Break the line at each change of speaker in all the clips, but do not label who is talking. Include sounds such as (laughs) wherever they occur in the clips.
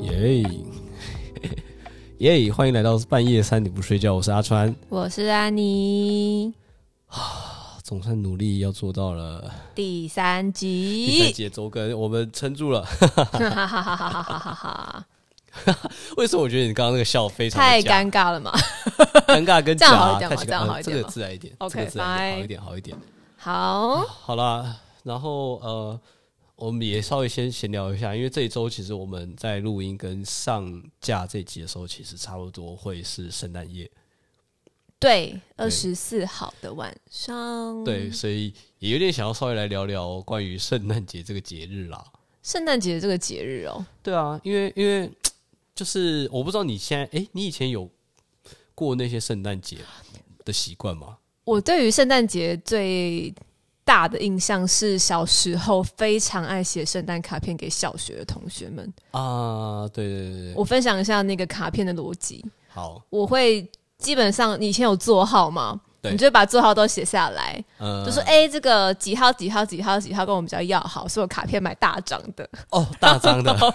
耶 (laughs) 耶！欢迎来到半夜三点不睡觉，我是阿川。
我是安妮，
啊总算努力要做到了
第三
第三
集，
节周更，我们撑住了。 (laughs)
哈哈哈哈哈哈哈哈！
为什么我觉得你刚刚那个笑非常
太
的假
尴尬了嘛。
尴尬跟
这样
假
好一
太
点嘛
奇
这样好
啊
一
这
点嘛
个自然一点
OK，
这个自然一点好
拜
一点，好一点。
好，
好啦，然后呃，我们也稍微先闲聊一下，因为这一周其实我们在录音跟上架这集的时候，其实差不多会是圣诞夜，
对，二十四号的晚上，
对，，所以也有点想要稍微来聊聊关于圣诞节这个节日啦。
圣诞节这个节日哦，
对啊，因为因为就是我不知道你现在，诶，你以前有过那些圣诞节的习惯吗？
我对于圣诞节最大的印象是小时候非常爱写圣诞卡片给小学的同学们。
啊，对对对对，
我分享一下那个卡片的逻辑，
好，
我会基本上你以前有座号吗？
对
你就会把座号都写下来，
嗯，
就说哎、欸这个几号几号几号几号跟我们比较要好，所以我卡片买大张的。 (laughs)
哦，大张的，
那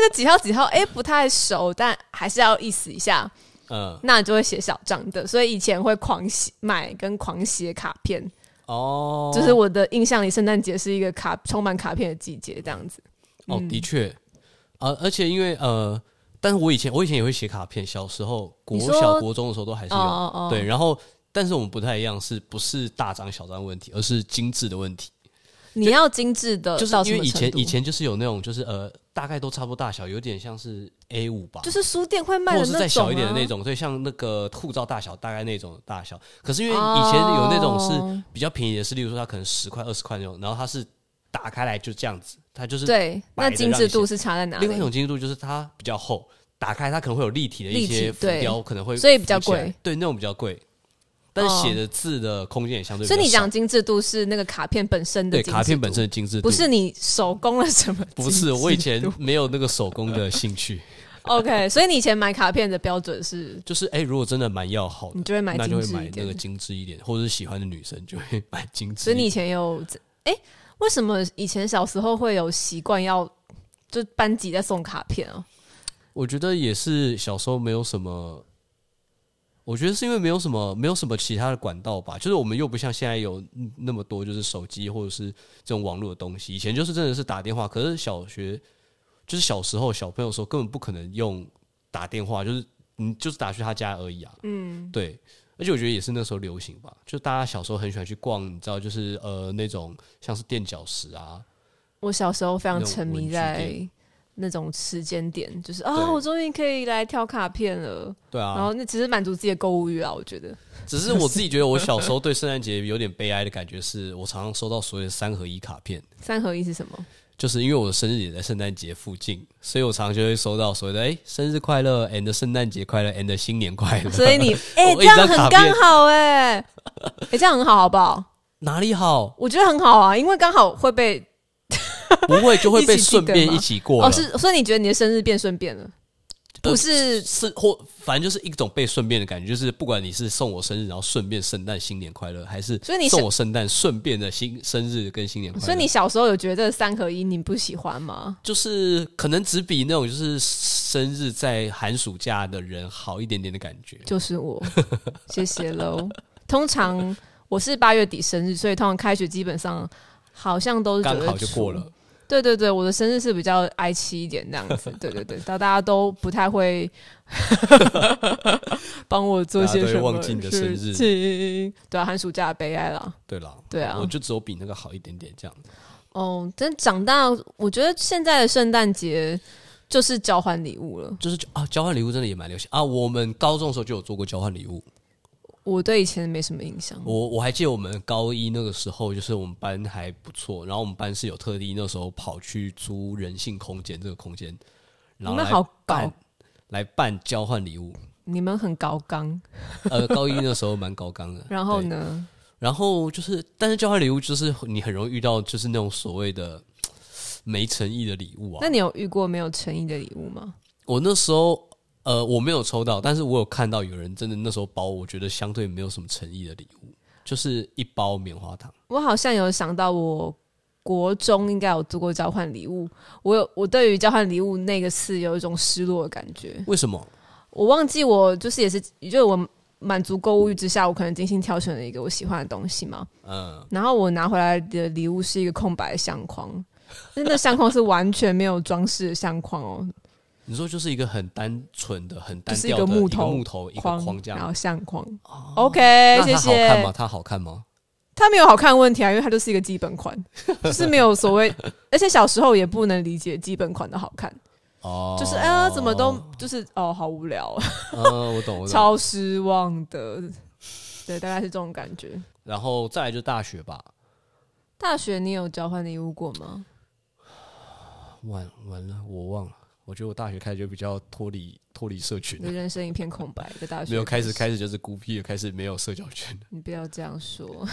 个几号几号哎、欸不太熟，但还是要意思一下，
嗯，
那你就会写小张的。所以以前会狂写买跟狂写卡片，
哦，
就是我的印象里，圣诞节是一个卡充满卡片的季节，这样子。
哦，的确，啊，而且因为呃，但是我以前我以前也会写卡片，小时候国
你说
小国中的时候都还是
哦
有，
哦哦，
对，，然后但是我们不太一样，是不是大张小张问题，而是精致的问题，
你要精致的，
就是
呃到什
因
么
为以
程
前
度
以。前就是有那种就是呃大概都差不多大小，有点像是 A 五吧，
就是书店会卖
或
的
者
那
是
种、啊
再小一点的那，种，对，像那个护照大小大概那种大小。可是因为
哦
以前有那种是比较便宜的是，例如说它可能十块二十块那种，然后它是打开来就这样子，它就是
对，
摆的
那精致度是差在哪
另外一
里？
种精致度就是它比较厚，打开它可能会有立体的一
立
些
体
浮
对
雕，可能会
所以比较
浮起来
贵，
对，那种比较贵，但
哦
是写的字的空间也相对比较
所
少。
以你讲精致度是那个卡片本身的
对
精致度，
卡片本身的精致度
不是你手工了什么精致度？
不是，我以前没有那个手工的兴趣，
OK，所以你以前买卡片的标准是，
就是哎、如果真的蛮要好的
你。就会买
那就
精
会
致
买
一
那
点
个。精致一点，或者是喜欢的女生就会买精致
所
一点。
以你以前有，哎、为什么以前小时候会有习惯要就班级在送卡片啊？
我觉得也是小时候没有什么，我觉得是因为没有什么没有什么其他的管道吧，就是我们又不像现在有嗯那么多就是手机或者是这种网络的东西，以前就是真的是打电话，可是小学就是小时候小朋友的时候根本不可能用打电话，就是你就是打去他家而已啊，嗯，对。而且我觉得也是那时候流行吧，就大家小时候很喜欢去逛，你知道，就是呃那种像是垫脚石啊，
我小时候非常沉迷
那种文具
在那种时间点，就是啊，
对
我终于可以来挑卡片了。
对啊，
然后那其实满足自己的购物欲啊，我觉得。
只是我自己觉得，我小时候对圣诞节有点悲哀的感觉是，我常常收到所谓的三合一卡片，
三合一是
(laughs)
什么？
就是因为我的生日也在圣诞节附近，所以我常常就会收到所谓的“哎、生日快乐 ”and 圣诞节快乐 and 新年快乐。
所以你哎、
我
这
一张
样很
卡片
刚好哎、欸，哎、这样很好好不好？
哪里好？
我觉得很好啊，因为刚好会被
不会就会被
一起记
顺
得
便
吗
一起过了，
哦，是所以你觉得你的生日变顺便了，
呃
不是
是或反正就是一种被顺便的感觉，就是不管你是送我生日，然后顺便圣诞新年快乐，还是
所以你
送
是
我圣诞顺便的新生日跟新年快乐，
所以你小时候有觉得三合一你不喜欢吗？
就是可能只比那种就是生日在寒暑假的人好一点点的感觉。
就
(laughs)
是我，谢谢喽。通常我是八月底生日，所以通常开学基本上好像都是
刚
9月
好就
初
过了。。
对对对，我的生日是比较哀戚一点这样
(laughs)
子。对对对，到大家都不太会帮我做
大
些
家
什
都会
么
忘记你的生日
事情。对啊，寒暑假的悲哀啦。
对啦，
对啊
我就只有比那个好一点点这样。
哦，但长大，我觉得现在的圣诞节就是交换礼物了。
就是啊，交换礼物真的也蛮流行啊。我们高中的时候就有做过交换礼物，
我对以前没什么印象。
我我还记得我们高一那个时候，就是我们班还不错，然后我们班是有特地那时候跑去租人性空间这个空间，然
你
后
们
来
好
办
高，
来办交换礼物。
你们很高刚。
呃，高一那时候蛮高纲的。
(laughs) 然后
对
呢？
然后就是，但是交换礼物就是你很容易遇到就是那种所谓的没诚意的礼物啊。
那你有遇过没有诚意的礼物吗？
我那时候呃我没有抽到，但是我有看到有人真的那时候包，我觉得相对没有什么诚意的礼物，就是一包棉花糖。
我好像有想到我国中应该有做过交换礼物，我有我对于交换礼物那个次有一种失落的感觉。
为什么？
我忘记我就是也是，就是我满足购物欲之下，我可能精心挑选了一个我喜欢的东西嘛。
嗯，
然后我拿回来的礼物是一个空白的相框，那那相框是完全没有装饰的相框哦，
你说就是一个很单纯的、很单
就是一
调的
个木头
木头一个
框
框架。
然后相框。
哦
OK，
那它
谢
好看吗？
谢。
它好看吗？
它没有好看的问题啊，因为它就是一个基
(laughs)
本款，就是没有所谓，而且小时候也不能理解基本款的好看，
哦，
就是哎呀，怎么都就是哦，好无聊哦，
嗯，我懂，我懂。
(laughs) 超失望的。对，大概是这种感觉。
然后再来就大学吧，
大学你有交换礼物过吗？
完完了，我忘了。我觉得我大学开始就比较脱离脱离社群
你，的人生一片空白，在大学
没有开始开始就是孤僻，开始没有社交圈，
你不要这样说。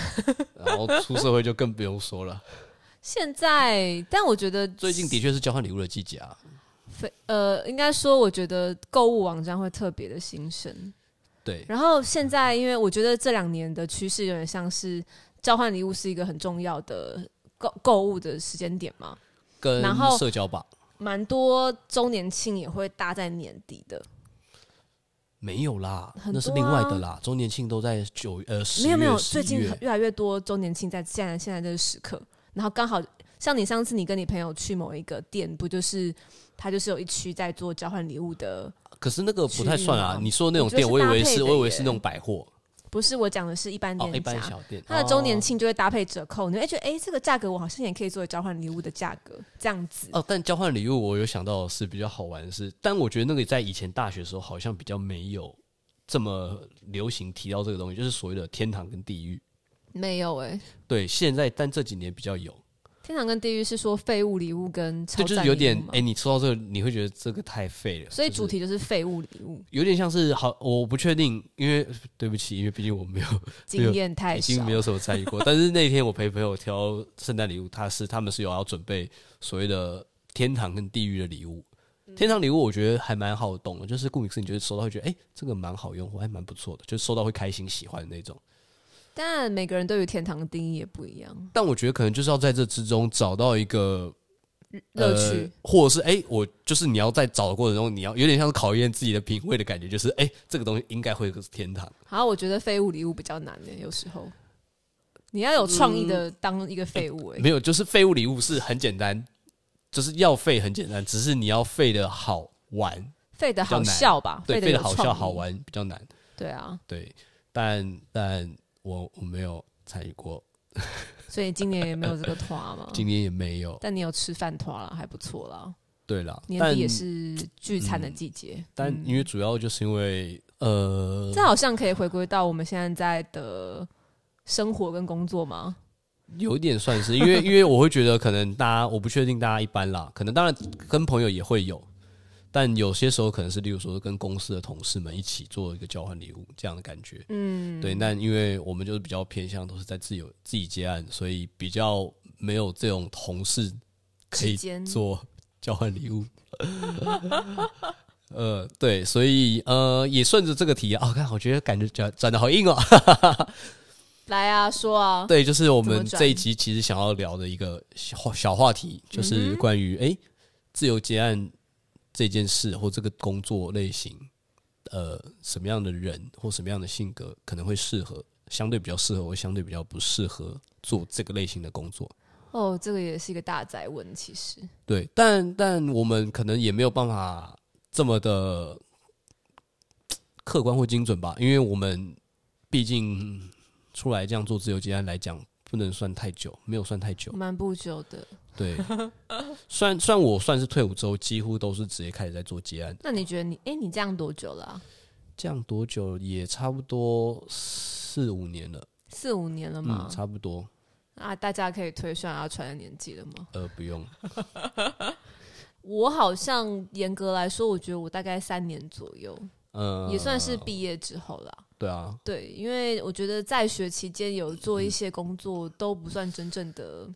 (laughs) 然后出社会就更不用说了。
现在，但我觉得
最近的确是交换礼物的季节啊，
非呃，应该说，我觉得购物网站会特别的兴盛。
对，
然后现在，因为我觉得这两年的趋势有点像是交换礼物是一个很重要的购购物的时间点嘛，
跟
然后
社交吧
蛮多周年庆也会搭在年底的。
没有啦，
很多啊
那是另外的啦。周年庆都在九呃十
没
月
有没有，
十
最
一
近很
月，
越来越多周年庆在现在现在这个时刻，然后刚好像你上次你跟你朋友去某一个店，不就是他就是有一区在做交换礼物的？
可是那个不太算啊
是。吗
你说那种店，
我
我以
觉得
为
是搭配
是
的
我以为
耶
是那种百货
不是我讲的是一般
哦，一
店家，
般小店。
它的周年
哦
庆就会搭配折扣，你会觉得哎、诶这个价格我好像也可以做交换礼物的价格这样子。
哦，但交换礼物我有想到的是比较好玩的是，但我觉得那个在以前大学的时候好像比较没有这么流行提到这个东西，就是所谓的天堂跟地狱。
没有哎、
对，现在但这几年比较有，
天堂跟地狱是说废物礼物跟超
这就
赞
是
礼
有
物
点
嘛
哎、你抽到这个你会觉得这个太废了，
所以
就是
主题就是废物礼物，
有点像是好，我不确定，因为对不起，因为毕竟我没有
经验太
已
少
经，没有什么参
(laughs)
与过。但是那天我陪朋友挑圣诞礼物，他是他们是有要准备所谓的天堂跟地狱的礼物。
嗯
天堂礼物我觉得还蛮好懂的，就是顾名思义，你就是收到会觉得哎、诶这个蛮好用，或还蛮不错的，就是收到会开心喜欢的那种。
但每个人对于天堂的定义也不一样，
但我觉得可能就是要在这之中找到一个
乐趣。
呃，或者是哎、诶我就是你要在找的过程中，你要有点像是考验自己的品味的感觉，就是哎、诶这个东西应该会是天堂。
然后我觉得废物礼物比较难呢、有时候你要有创意的当一个废物哎、
嗯没有，就是废物礼物是很简单，就是要废很简单，只是你要废的好玩，
废的好
比较难
笑吧，
对，
的
废
有
的好
创
笑
意
好，玩比较难，
对啊，
对，但但我我没有参与过，
所以今年也没有这个团嘛
(laughs) ，今年也没有，
但你有吃饭团啦，还不错啦，
对啦，
哦年
但
底也是嗯聚餐的季节，
嗯但因为主要就是因为呃
这，好像可以回归到我们现在在的生活跟工作吗？
有一点算是，因为 (laughs) 因为我会觉得可能大家我不确定大家一般啦，可能当然跟朋友也会有。但有些时候可能是，例如说跟公司的同事们一起做一个交换礼物这样的感觉，
嗯，
对，那因为我们就是比较偏向都是在自由自己接案，所以比较没有这种同事可以
之间
做交换礼物。呃，对，所以呃，也顺着这个题啊，哦看、我觉得感觉转转的好硬哦。
来啊，说啊，
对，就是我
怎
们
么转
这一集其实想要聊的一个小话小话题，
嗯
就是关于诶自由接案这件事或这个工作类型，呃，什么样的人或什么样的性格可能会适合，相对比较适合或相对比较不适合做这个类型的工作。
哦，这个也是一个大宅问，其实
对，但但我们可能也没有办法这么的客观或精准吧，因为我们毕竟出来这样做自由接案来讲，不能算太久，没有算太久。
蛮不久的。 (laughs)
对，虽然虽然我算是退伍之后，几乎都是直接开始在做接案，
那你觉得你，哎，你这样多久了啊、
这样多久也差不多四五年了，
四五年了吗
嗯，？差不多，
啊，大家可以推算阿川的年纪了吗？
呃，不用，
我好像严格来说，我觉得我大概三年左右，
呃，
也算是毕业之后啦。
对啊，
对，因为我觉得在学期间有做一些工作，都不算真正的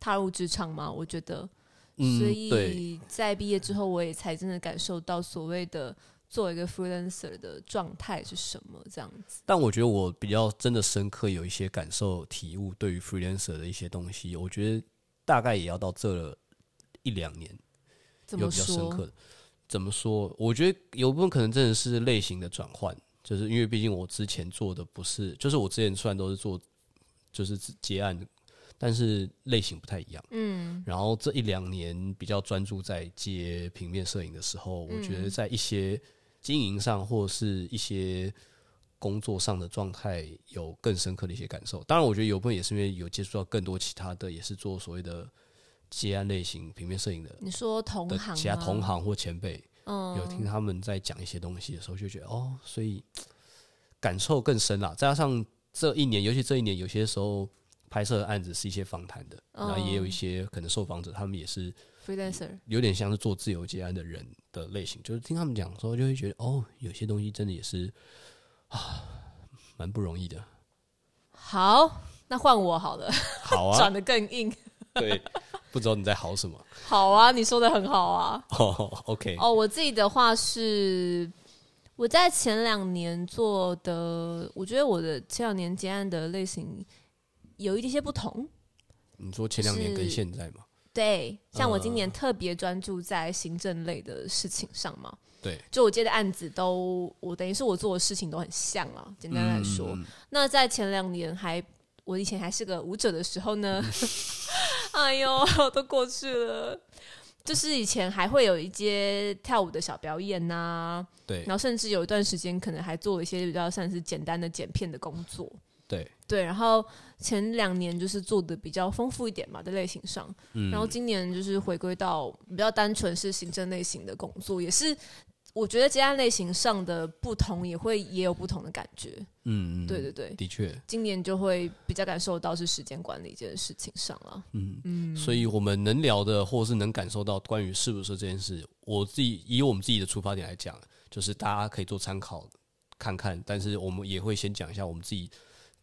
踏入职场嘛。我觉得，
嗯
所，
对，
以在毕业之后，我也才真的感受到所谓的做一个 freelancer 的状态是什么这样子。
但我觉得我比较真的深刻有一些感受体悟，对于 freelancer 的一些东西，我觉得大概也要到这了一两年，
怎
有
么
比较深刻
说？
的。怎么说？我觉得有部分可能真的是类型的转换，就是因为毕竟我之前做的不是，就是我之前虽然都是做就是结案，但是类型不太一样。
嗯，
然后这一两年比较专注在接平面摄影的时候，我
嗯
觉得在一些经营上或是一些工作上的状态有更深刻的一些感受。当然，我觉得有部分也是因为有接触到更多其他的，也是做所谓的接案类型平面摄影的
你说同
的
行
其他
吗
同，行或前辈，
嗯，
有听他们在讲一些东西的时候，就觉得哦，所以感受更深啦。再加上这一年，尤其这一年，有些时候拍摄的案子是一些访谈的，
嗯
然后也有一些可能受访者，他们也是
freelancer，
有点像是做自由接案的人的类型，就是听他们讲的时候，就会觉得哦，有些东西真的也是啊，蛮不容易的。
好，那换我好了，
好
(laughs) 转
啊，
的更硬。
对，不知道你在好什么。 (laughs)
好啊，你说的很好啊。
哦，OK，
哦，我自己的话是我在前两年做的，我觉得我的前两年接案的类型有一些不同。
你说前两年跟现在嘛，
对，像我
嗯
今年特别专注在行政类的事情上嘛，
对，
就我接的案子都，我等于是我做的事情都很像啊。简单来说，
嗯
那在前两年还我以前还是个舞者的时候
(laughs)
呢，哎呦，都过去了。就是以前还会有一些跳舞的小表演呐、
对
然后甚至有一段时间可能还做一些比较像是简单的剪片的工作。
对，
对，然后前两年就是做的比较丰富一点嘛，在类型上，
嗯
然后今年就是回归到比较单纯是行政类型的工作，也是我觉得接案类型上的不同也会也有不同的感觉，
嗯，嗯
对对对，
的确，
今年就会比较感受到是时间管理这件事情上了，
嗯
嗯
所以我们能聊的，或是能感受到关于是不是这件事，我自己以我们自己的出发点来讲，就是大家可以做参考看看，但是我们也会先讲一下我们自己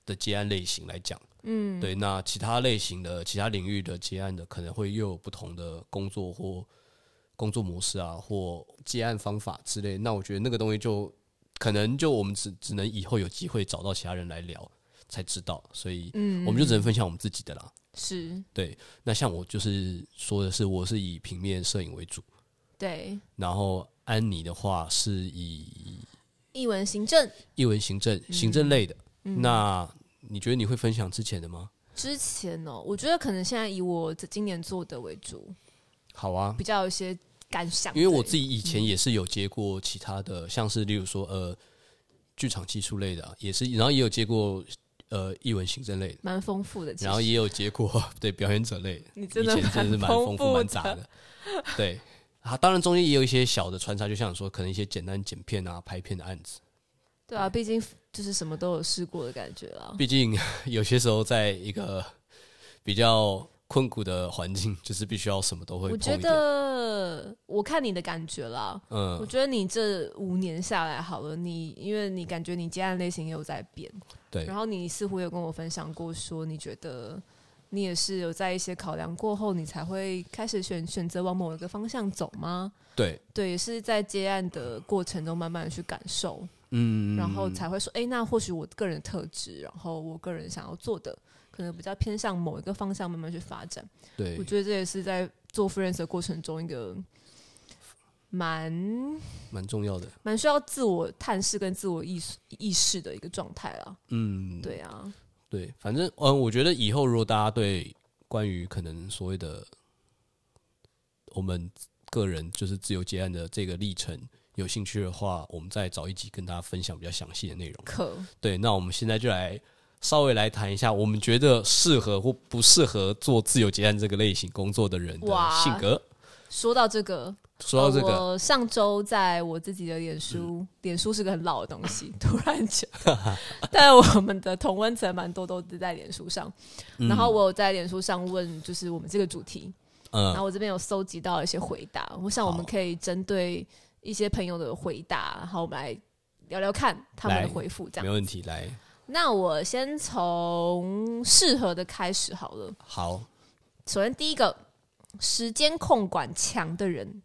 的结案类型来讲。嗯，对，那其他类型的、其他领域的结案的，可能会又有不同的工作或工作模式啊，或结案方法之类。那我觉得那个东西就可能就我们只只能以后有机会找到其他人来聊才知道，所以
嗯
我们就只能分享我们自己的啦。
是
对，那像我就是说的是，我是以平面摄影为主，
对
然后安妮的话是以
译文行政
艺文行政、行政类的。那你觉得你会分享之前的吗？
之前哦，我觉得可能现在以我这今年做的为主，
好啊，
比较有一些感想，
因为我自
己
己以前也是有接过其他的，像是例如说呃剧场技术类的啊、也是，然后也有接过呃艺文行政类的，
蛮丰富的，其实
然后也有接过 (laughs) 对表演者类的，
你
以
真的
前真的是蛮丰富、蛮杂的。对，啊，当然中间也有一些小的穿插，就像你说，可能一些简单剪片啊、拍片的案子。
对
哎
啊，毕竟就是什么都有试过的感觉啦。
毕竟 (laughs) 有些时候在一个比较困苦的环境，就是必须要什么都会
我
碰
觉
一点。
得我看你的感觉啦，我
嗯，
觉得你这五年下来好了，你因为你感觉你接案类型也有在变，
对
然后你似乎有跟我分享过说，你觉得你也是有在一些考量过后，你才会开始选选择往某一个方向走吗？
对，
对，也是在接案的过程中慢慢地去感受，嗯，然后才会说，哎、那或许我个人特质，然后我个人想要做的，可能比较偏向某一个方向慢慢去发展。
对
我，觉得这也是在做 freelance 的过程中一个蛮
蛮重要的。
蛮需要自我探视跟自我意识意识的一个状态啦。
嗯，
对啊，
对，反正嗯，我觉得以后如果大家对关于可能所谓的我们个人就是自由结案的这个历程有兴趣的话，我们再找一集跟大家分享比较详细的内容。
可
对，那我们现在就来稍微来谈一下，我们觉得适合或不适合做自由结案这个类型工作的人的
哇
性格。
说到这个，
说到这个，嗯
呃我上周在我自己的脸书，脸书是个很老的东西， (laughs) 突然觉得，但我们的同温层蛮多都是在脸书上，然后我有在脸书上问，就是我们这个主题，然
嗯，
后我这边有搜集到一些回答，我想我们
好
可以针对一些朋友的回答，然后我们来聊聊看他们的
来
回复，这
没
样。
问题，来，
那我先从适合的开始好了。
好，
首先第一个，时间控管强的人，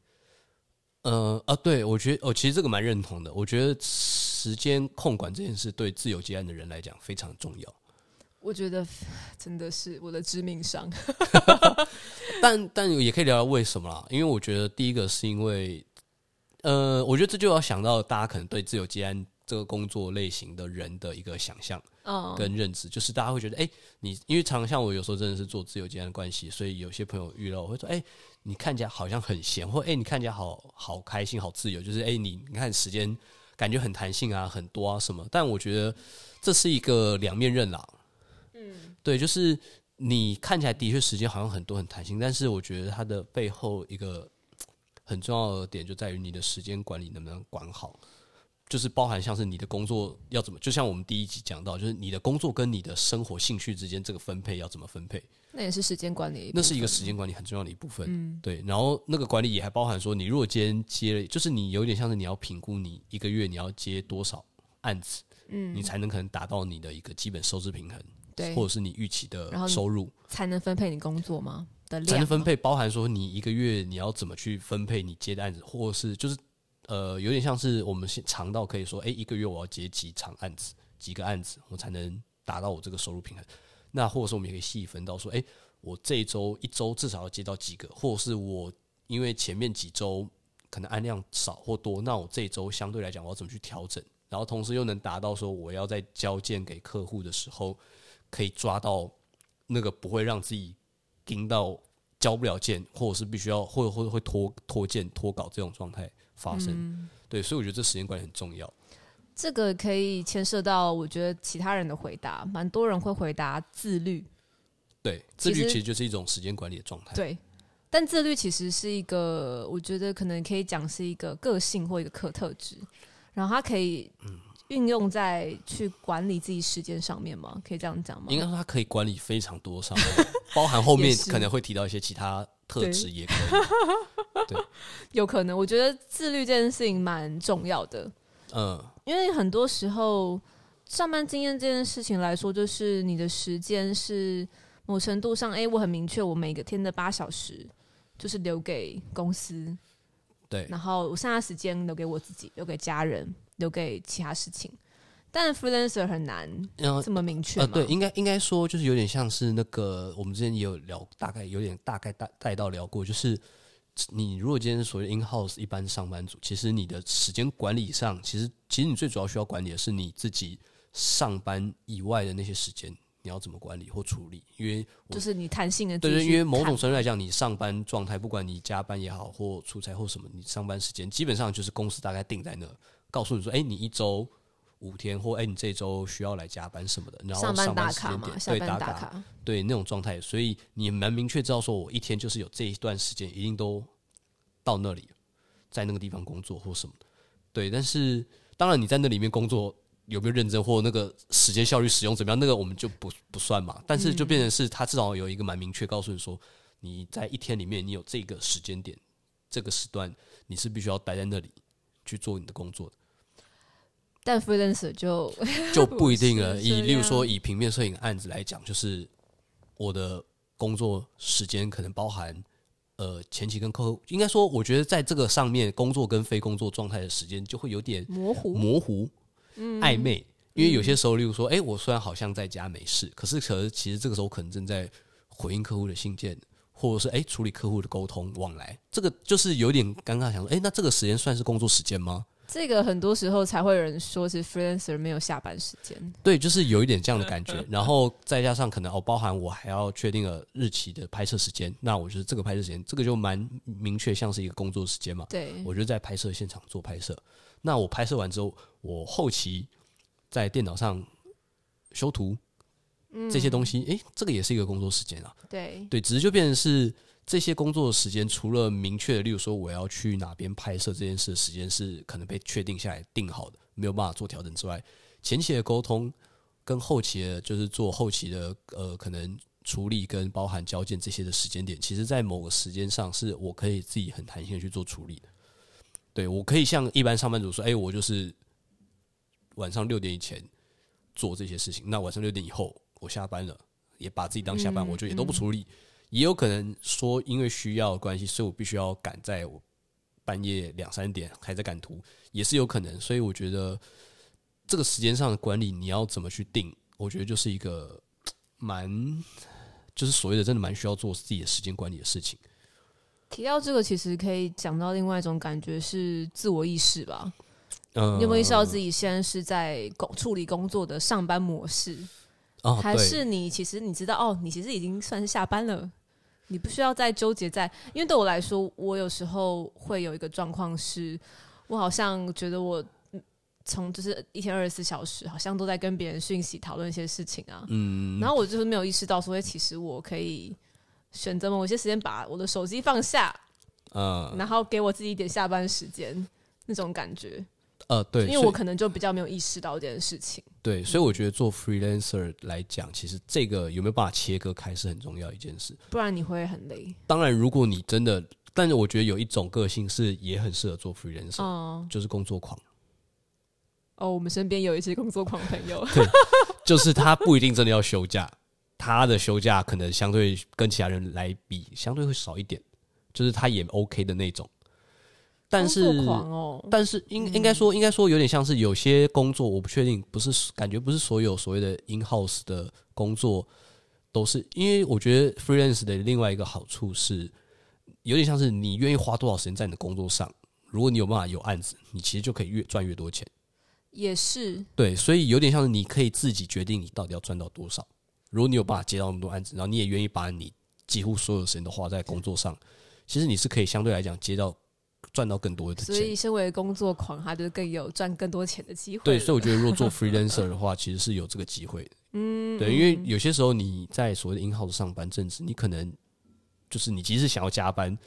呃啊，对，我觉得哦，其实这个蛮认同的。我觉得时间控管这件事对自由接案的人来讲非常重要。
我觉得真的是我的致命伤。
(laughs) 但但也可以聊聊为什么啦，因为我觉得第一个是因为，呃，我觉得这就要想到大家可能对自由接案这个工作类型的人的一个想象
嗯，
跟认知，就是大家会觉得，哎、你因为常像我有时候真的是做自由接案的关系，所以有些朋友遇到我会说，哎、你看起来好像很闲，或哎、你看起来好好开心、好自由，就是哎、你你看时间感觉很弹性啊，很多啊什么，但我觉得这是一个两面刃啦，嗯，对，就是你看起来的确时间好像很多很弹性，但是我觉得它的背后一个嘖很重要的点就在于你的时间管理能不能管好，就是包含像是你的工作要怎么，就像我们第一集讲到，就是你的工作跟你的生活兴趣之间这个分配要怎么分配，
那也是时间管理，
那是一个时间管理很重要的一部分。
嗯
对。然后那个管理也还包含说，你如果今天接了，就是你有点像是你要评估你一个月你要接多少案子，嗯，你才能可能达到你的一个基本收支平衡，
对
或者是你预期
然
的
后你
收入，
才能分配你工作吗？的量
才能分
吗，
配包含说你一个月你要怎么去分配你接的案子，或是就是呃，有点像是我们先尝到可以说，哎、一个月我要接几场案子，几个案子，我才能达到我这个收入平衡。那或者是我们也可以细分到说，哎、我这一周一周至少要接到几个，或者是我因为前面几周可能案量少或多，那我这一周相对来讲我要怎么去调整，然后同时又能达到说我要在交件给客户的时候可以抓到那个不会让自己盯到交不了件，或者是必须要或或者会拖拖件拖稿这种状态发生。
嗯
对，所以我觉得这时间管理很重要。
这个可以牵涉到我觉得其他人的回答，蛮多人会回答自律，
对，自律
其实
其实就是一种时间管理的状态。
对。但自律其实是一个，我觉得可能可以讲是一个个性或一个可特质，然后它可以
嗯
运用在去管理自己时间上面吗？可以这样讲吗？
应该说它可以管理非常多上面，包含后
也
面
是
可能会提到一些其他特
对
质，也可以。
有可能，我觉得自律这件事情蛮重要的，
嗯，
因为很多时候上班经验这件事情来说，就是你的时间是某程度上，诶，我很明确，我每个天的八小时就是留给公司，
对，
然后我剩下的时间留给我自己，留给家人，留给其他事情。但 freelancer 很难
然后
这么明确
呃，
嘛？
对，应该应该说就是有点像是那个我们之前也有聊，大概有点大概带带到聊过，就是你如果今天所谓 in house 一般上班族，其实你的时间管理上，其实其实你最主要需要管理的是你自己上班以外的那些时间，你要怎么管理或处理，因为我
就是你弹性的
对对，因为某种程度来讲，你上班状态，不管你加班也好，或出差或什么，你上班时间基本上就是公司大概定在那，告诉你说，哎，你一周五天，或哎，你这周需要来加班什么的，然后
上班
班
打
时
卡
间
嘛，
点
下
对
班
打
打
卡，，对那种状态，所以你蛮明确知道，说我一天就是有这一段时间一定都到那里，在那个地方工作或什么的，对。但是当然你在那里面工作有没有认真，或那个时间效率使用怎么样，那个我们就不不算嘛。但是就变成是他至少有一个蛮明确告诉你说，你在一天里面你有这个时间点、这个时段，你是必须要待在那里去做你的工作的。
但
(laughs)
freelancer 就
就不一定了。
(laughs) 不是啊
以
这
例如
样
说，以平面摄影案子来讲，就是我的工作时间可能包含呃前期跟客户，应该说，我觉得在这个上面工作跟非工作状态的时间就会有点
模糊。
模糊、
嗯
暧昧。因为有些时候，例如说，哎、我虽然好像在家没事，可是可是其实这个时候可能正在回应客户的信件，或者是哎、诶处理客户的沟通往来，这个就是有点尴尬，想说，哎、那这个时间算是工作时间吗？
这个很多时候才会有人说是 freelancer 没有下班时间。
对，就是有一点这样的感觉，然后再加上可能哦，包含我还要确定了日期的拍摄时间，那我就是这个拍摄时间，这个就蛮明确，像是一个工作时间嘛。
对，
我就在拍摄现场做拍摄，那我拍摄完之后，我后期在电脑上修图这些东西，诶、这个也是一个工作时间啊。
对，
对，只是就变成是这些工作时间，除了明确的，例如说我要去哪边拍摄这件事，时间是可能被确定下来定好的，没有办法做调整之外，前期的沟通跟后期的，就是做后期的呃，可能处理跟包含交件这些的时间点，其实在某个时间上是我可以自己很弹性的去做处理的。对我可以像一般上班族说，哎、我就是晚上六点以前做这些事情，那晚上六点以后我下班了，也把自己当下
嗯
班，我就也都不处理。也有可能说，因为需要的关系，所以我必须要赶在我半夜两三点还在赶图，也是有可能。所以我觉得这个时间上的管理，你要怎么去定，我觉得就是一个嘖蛮，就是所谓的真的蛮需要做自己的时间管理的事情。
提到这个，其实可以讲到另外一种感觉是自我意识吧。
嗯，
你有没有意识到自己现在是在工处理工作的上班模式，
哦，
还
对
是你其实你知道哦，你其实已经算是下班了，你不需要再纠结在。因为对我来说，我有时候会有一个状况是，我好像觉得我嗯从就是一天二十四小时，好像都在跟别人讯息讨论一些事情啊。
嗯，
然后我就是没有意识到说，哎其实我可以选择某些时间把我的手机放下，
呃
然后给我自己一点下班时间那种感觉，
呃，对，
因为
所以
我可能就比较没有意识到这件事情。
对，所以我觉得做 freelancer 来讲，其实这个有没有办法切割开是很重要一件事。
不然你会很累。
当然，如果你真的，但是我觉得有一种个性是也很适合做 freelancer，、
嗯，
就是工作狂， (laughs)
哦，我们身边有一些工作狂朋友，
就是他不一定真的要休假，他的休假可能相对跟其他人来比，相对会少一点，就是他也 OK 的那种。 (laughs) 但是
工作狂哦，
但是应应该说，应该说有点像是有些工作，我不确定，不是感觉不是所有所谓的 in house 的工作都是，因为我觉得 freelance 的另外一个好处是，有点像是你愿意花多少时间在你的工作上，如果你有办法有案子，你其实就可以越赚越多钱。
也是
对，所以有点像是你可以自己决定你到底要赚到多少。如果你有办法接到那么多案子，然后你也愿意把你几乎所有的时间都花在工作上，其实你是可以相对来讲接到赚到更多的钱
所。以身为工作狂，他就更有赚更多钱的机会。
对，所以我觉得如果
(laughs)
做 freelancer 的话，其实是有这个机会的。
嗯，
对，因为有些时候你在所谓的 in house 上班正职，你可能就是你即使想要加班，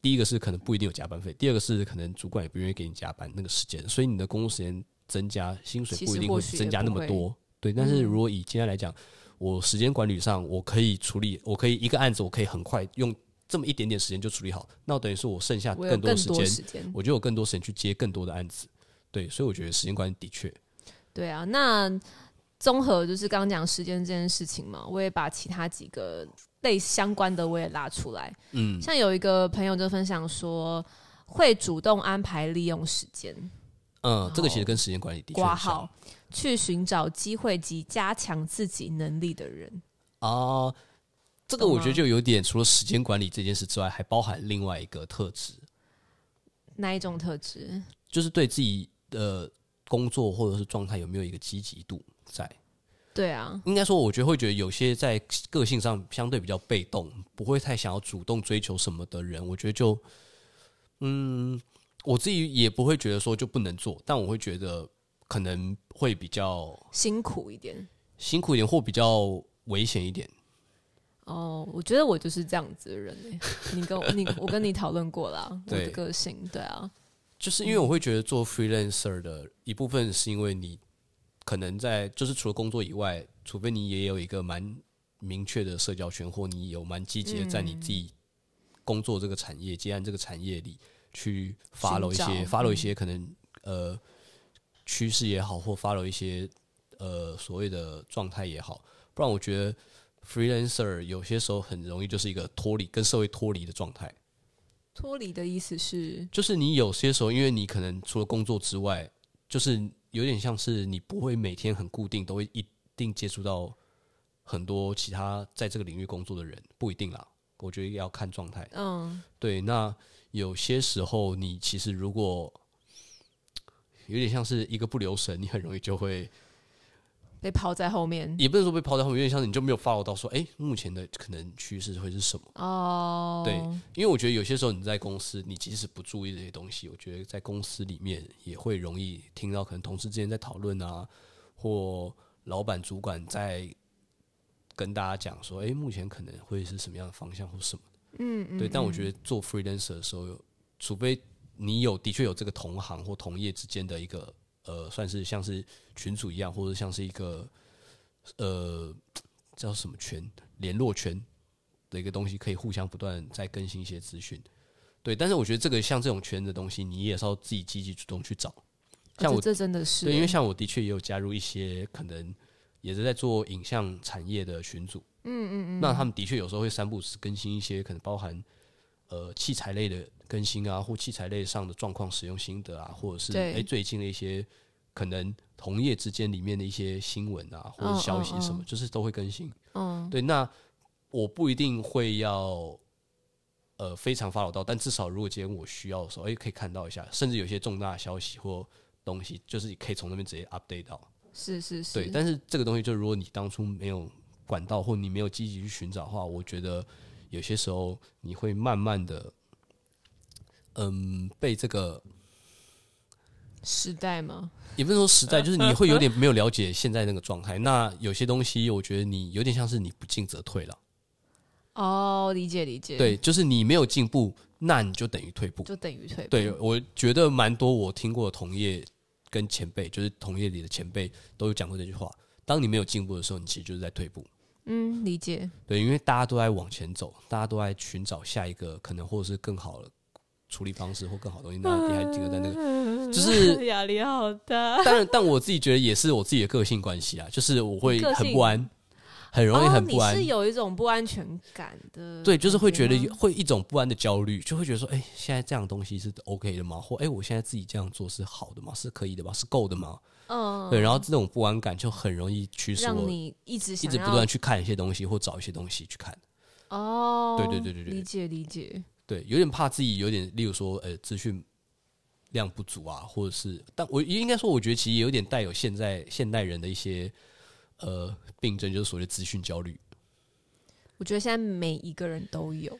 第一个是可能不一定有加班费，第二个是可能主管也不愿意给你加班那个时间，所以你的工作时间增加，薪水
其
不一
实
定
或
会
许也
增加
不
那么
会嗯
多。对，但是如果以今天来讲，我时间管理上，我可以处理，我可以一个案子，我可以很快用这么一点点时间就处理好，那等于是我剩下
我有
更多
更
的时
多
间，
时间。
我就有更多时间去接更多的案子。对，所以我觉得时间管理的确
对啊，那综合就是刚刚讲时间这件事情嘛，我也把其他几个类相关的我也拉出来。嗯，像有一个朋友就分享说，会主动安排利用时间，
嗯，这个其实跟时间管理的确啊
挂
很像
号去寻找机会及加强自己能力的人。
啊。这个
懂
我觉得
吗
就有点除了时间管理这件事之外，还包含另外一个特质，
那一种特质，
就是对自己的工作或者是状态有没有一个积极度在。
对啊，
应该说，我觉得会觉得有些在个性上相对比较被动，不会太想要主动追求什么的人，我觉得就，嗯，我自己也不会觉得说就不能做，但我会觉得可能会比较
辛苦一点。
辛苦一点，或比较危险一点。
哦，我觉得我就是这样子的人、欸。你跟我你我跟你讨论过啦，我
对
的个性，对啊，
就是因为我会觉得做 freelancer 的一部分是因为你可能在就是除了工作以外，除非你也有一个蛮明确的社交圈，或你有蛮积极的在你自己工作这个产业、接案这个产业里去 follow 一
寻
些
找嗯
follow 一些可能呃趋势也好，或 follow 一些呃所谓的状态也好，不然我觉得 freelancer 有些时候很容易就是一个脱离跟社会脱离的状态。
脱离的意思是
就是你有些时候，因为你可能除了工作之外，就是有点像是你不会每天很固定，都会一定接触到很多其他在这个领域工作的人，不一定啦。我觉得要看状态。
嗯。
对，那有些时候你其实如果有点像是一个不留神，你很容易就会，
被抛在后面
也不能说被抛在后面，有点像是你就没有 follow 到说，哎、目前的可能趋势会是什么？
哦。
对，因为我觉得有些时候你在公司，你即使不注意这些东西，我觉得在公司里面也会容易听到可能同事之间在讨论啊，或老板主管在跟大家讲说，诶，目前可能会是什么样的方向或什么的。嗯对。但我觉得做 freelancer 的时候，除非你有的确有这个同行或同业之间的一个呃，算是像是群组一样，或者像是一个呃叫什么圈联络圈，的一个东西，可以互相不断在更新一些资讯。对，但是我觉得这个像这种圈的东西，你也是要自己积极主动去找。
而
像
且
我，
这真的是
对，因为像我的确也有加入一些可能也是在做影像产业的群组，嗯嗯嗯，那他们的确有时候会三不五时更新一些可能包含呃器材类的更新啊，或器材类上的状况使用心得啊，或者是
对
哎、诶最近的一些可能同业之间里面的一些新闻啊，或者消息什么，
嗯嗯
就是都会更新。
嗯，
对，那我不一定会要呃非常 follow 到，但至少如果今天我需要的时候，哎、可以看到一下，甚至有些重大的消息或东西，就是可以从那边直接 update 到。
是是是，
对，但是这个东西，就如果你当初没有管到，或你没有积极去寻找的话，我觉得有些时候你会慢慢的，嗯，被这个
时代嘛，
也不是说时代，就是你会有点没有了解现在那个状态。那有些东西，我觉得你有点像是你不进则退了，
哦，理解理解，，
对，就是你没有进步，那你就等于退步。
就等于退步，
对，我觉得蛮多我听过的同业跟前辈，就是同业里的前辈都有讲过这句话：当你没有进步的时候，你其实就是在退步。
嗯，理解，
对，因为大家都在往前走，大家都在寻找下一个可能，或者是更好的处理方式或更好的东西。那
嗯
你还停留在那个，就是
(laughs) 压力好大，
当然，但我自己觉得也是我自己的个性关系啊，就是我会
个性
很不安，很 (laughs) 容易很不
哦、
安
你是。有一种不安全感的，
对，就是会觉
嗯
得会一种不安的焦虑，就会觉得说，哎、现在这样的东西是 OK 的吗？或哎、我现在自己这样做是好的吗？是可以的吗？是够的吗？
嗯，
对，然后这种不安感就很容易驱使
让
我
你一直
一
想
直
要
不断去看一些东西或找一些东西去看。
哦，
对对对对对
理解理解，
对，有点怕自己有点，例如说，呃，资讯量不足啊，或者是，但我应该说，我觉得其实有点带有现在现代人的一些呃病症，就是所谓的资讯焦虑。
我觉得现在每一个人都有，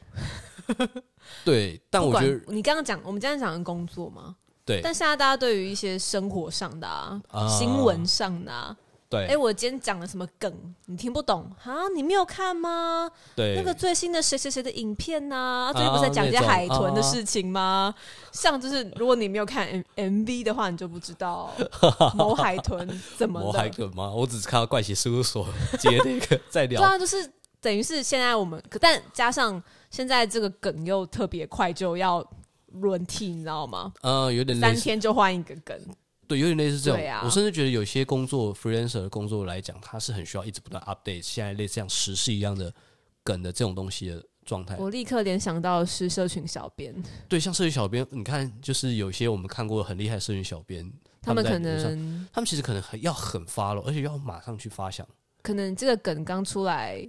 对，但
不
我
管
觉得
你刚刚讲，我们今天讲的工作嘛，
对
但现在大家对于一些生活上的啊、
啊
新闻上的啊，
对、
哎、我今天讲了什么梗，你听不懂啊？你没有看吗？
对
那个最新的谁谁谁的影片呐、啊？最近
啊
不是在讲一些
那种
海豚的事情吗？像就是如果你没有看 M M V 的话，你就不知道
(laughs)
某海豚怎么
魔
了
海。梗吗？我只是看到怪奇事务所接那个在
(laughs) 对
聊，
啊，就是等于是现在我们，可但加上现在这个梗又特别快就要轮替，你知道吗？
呃，有点类
三
似，
天就换一个梗，
对，有点类似这
对
种。
啊
我甚至觉得有些工作 freelancer 的工作来讲，它是很需要一直不断 update 现在类似像时事一样的梗的这种东西的状态。
我立刻联想到是社群小编，
对，像社群小编，你看，就是有些我们看过很厉害的社群小编，
他们
在
可
网络上，
能
他们其实可能很要很发了，而且要马上去发想。
可能这个梗刚出来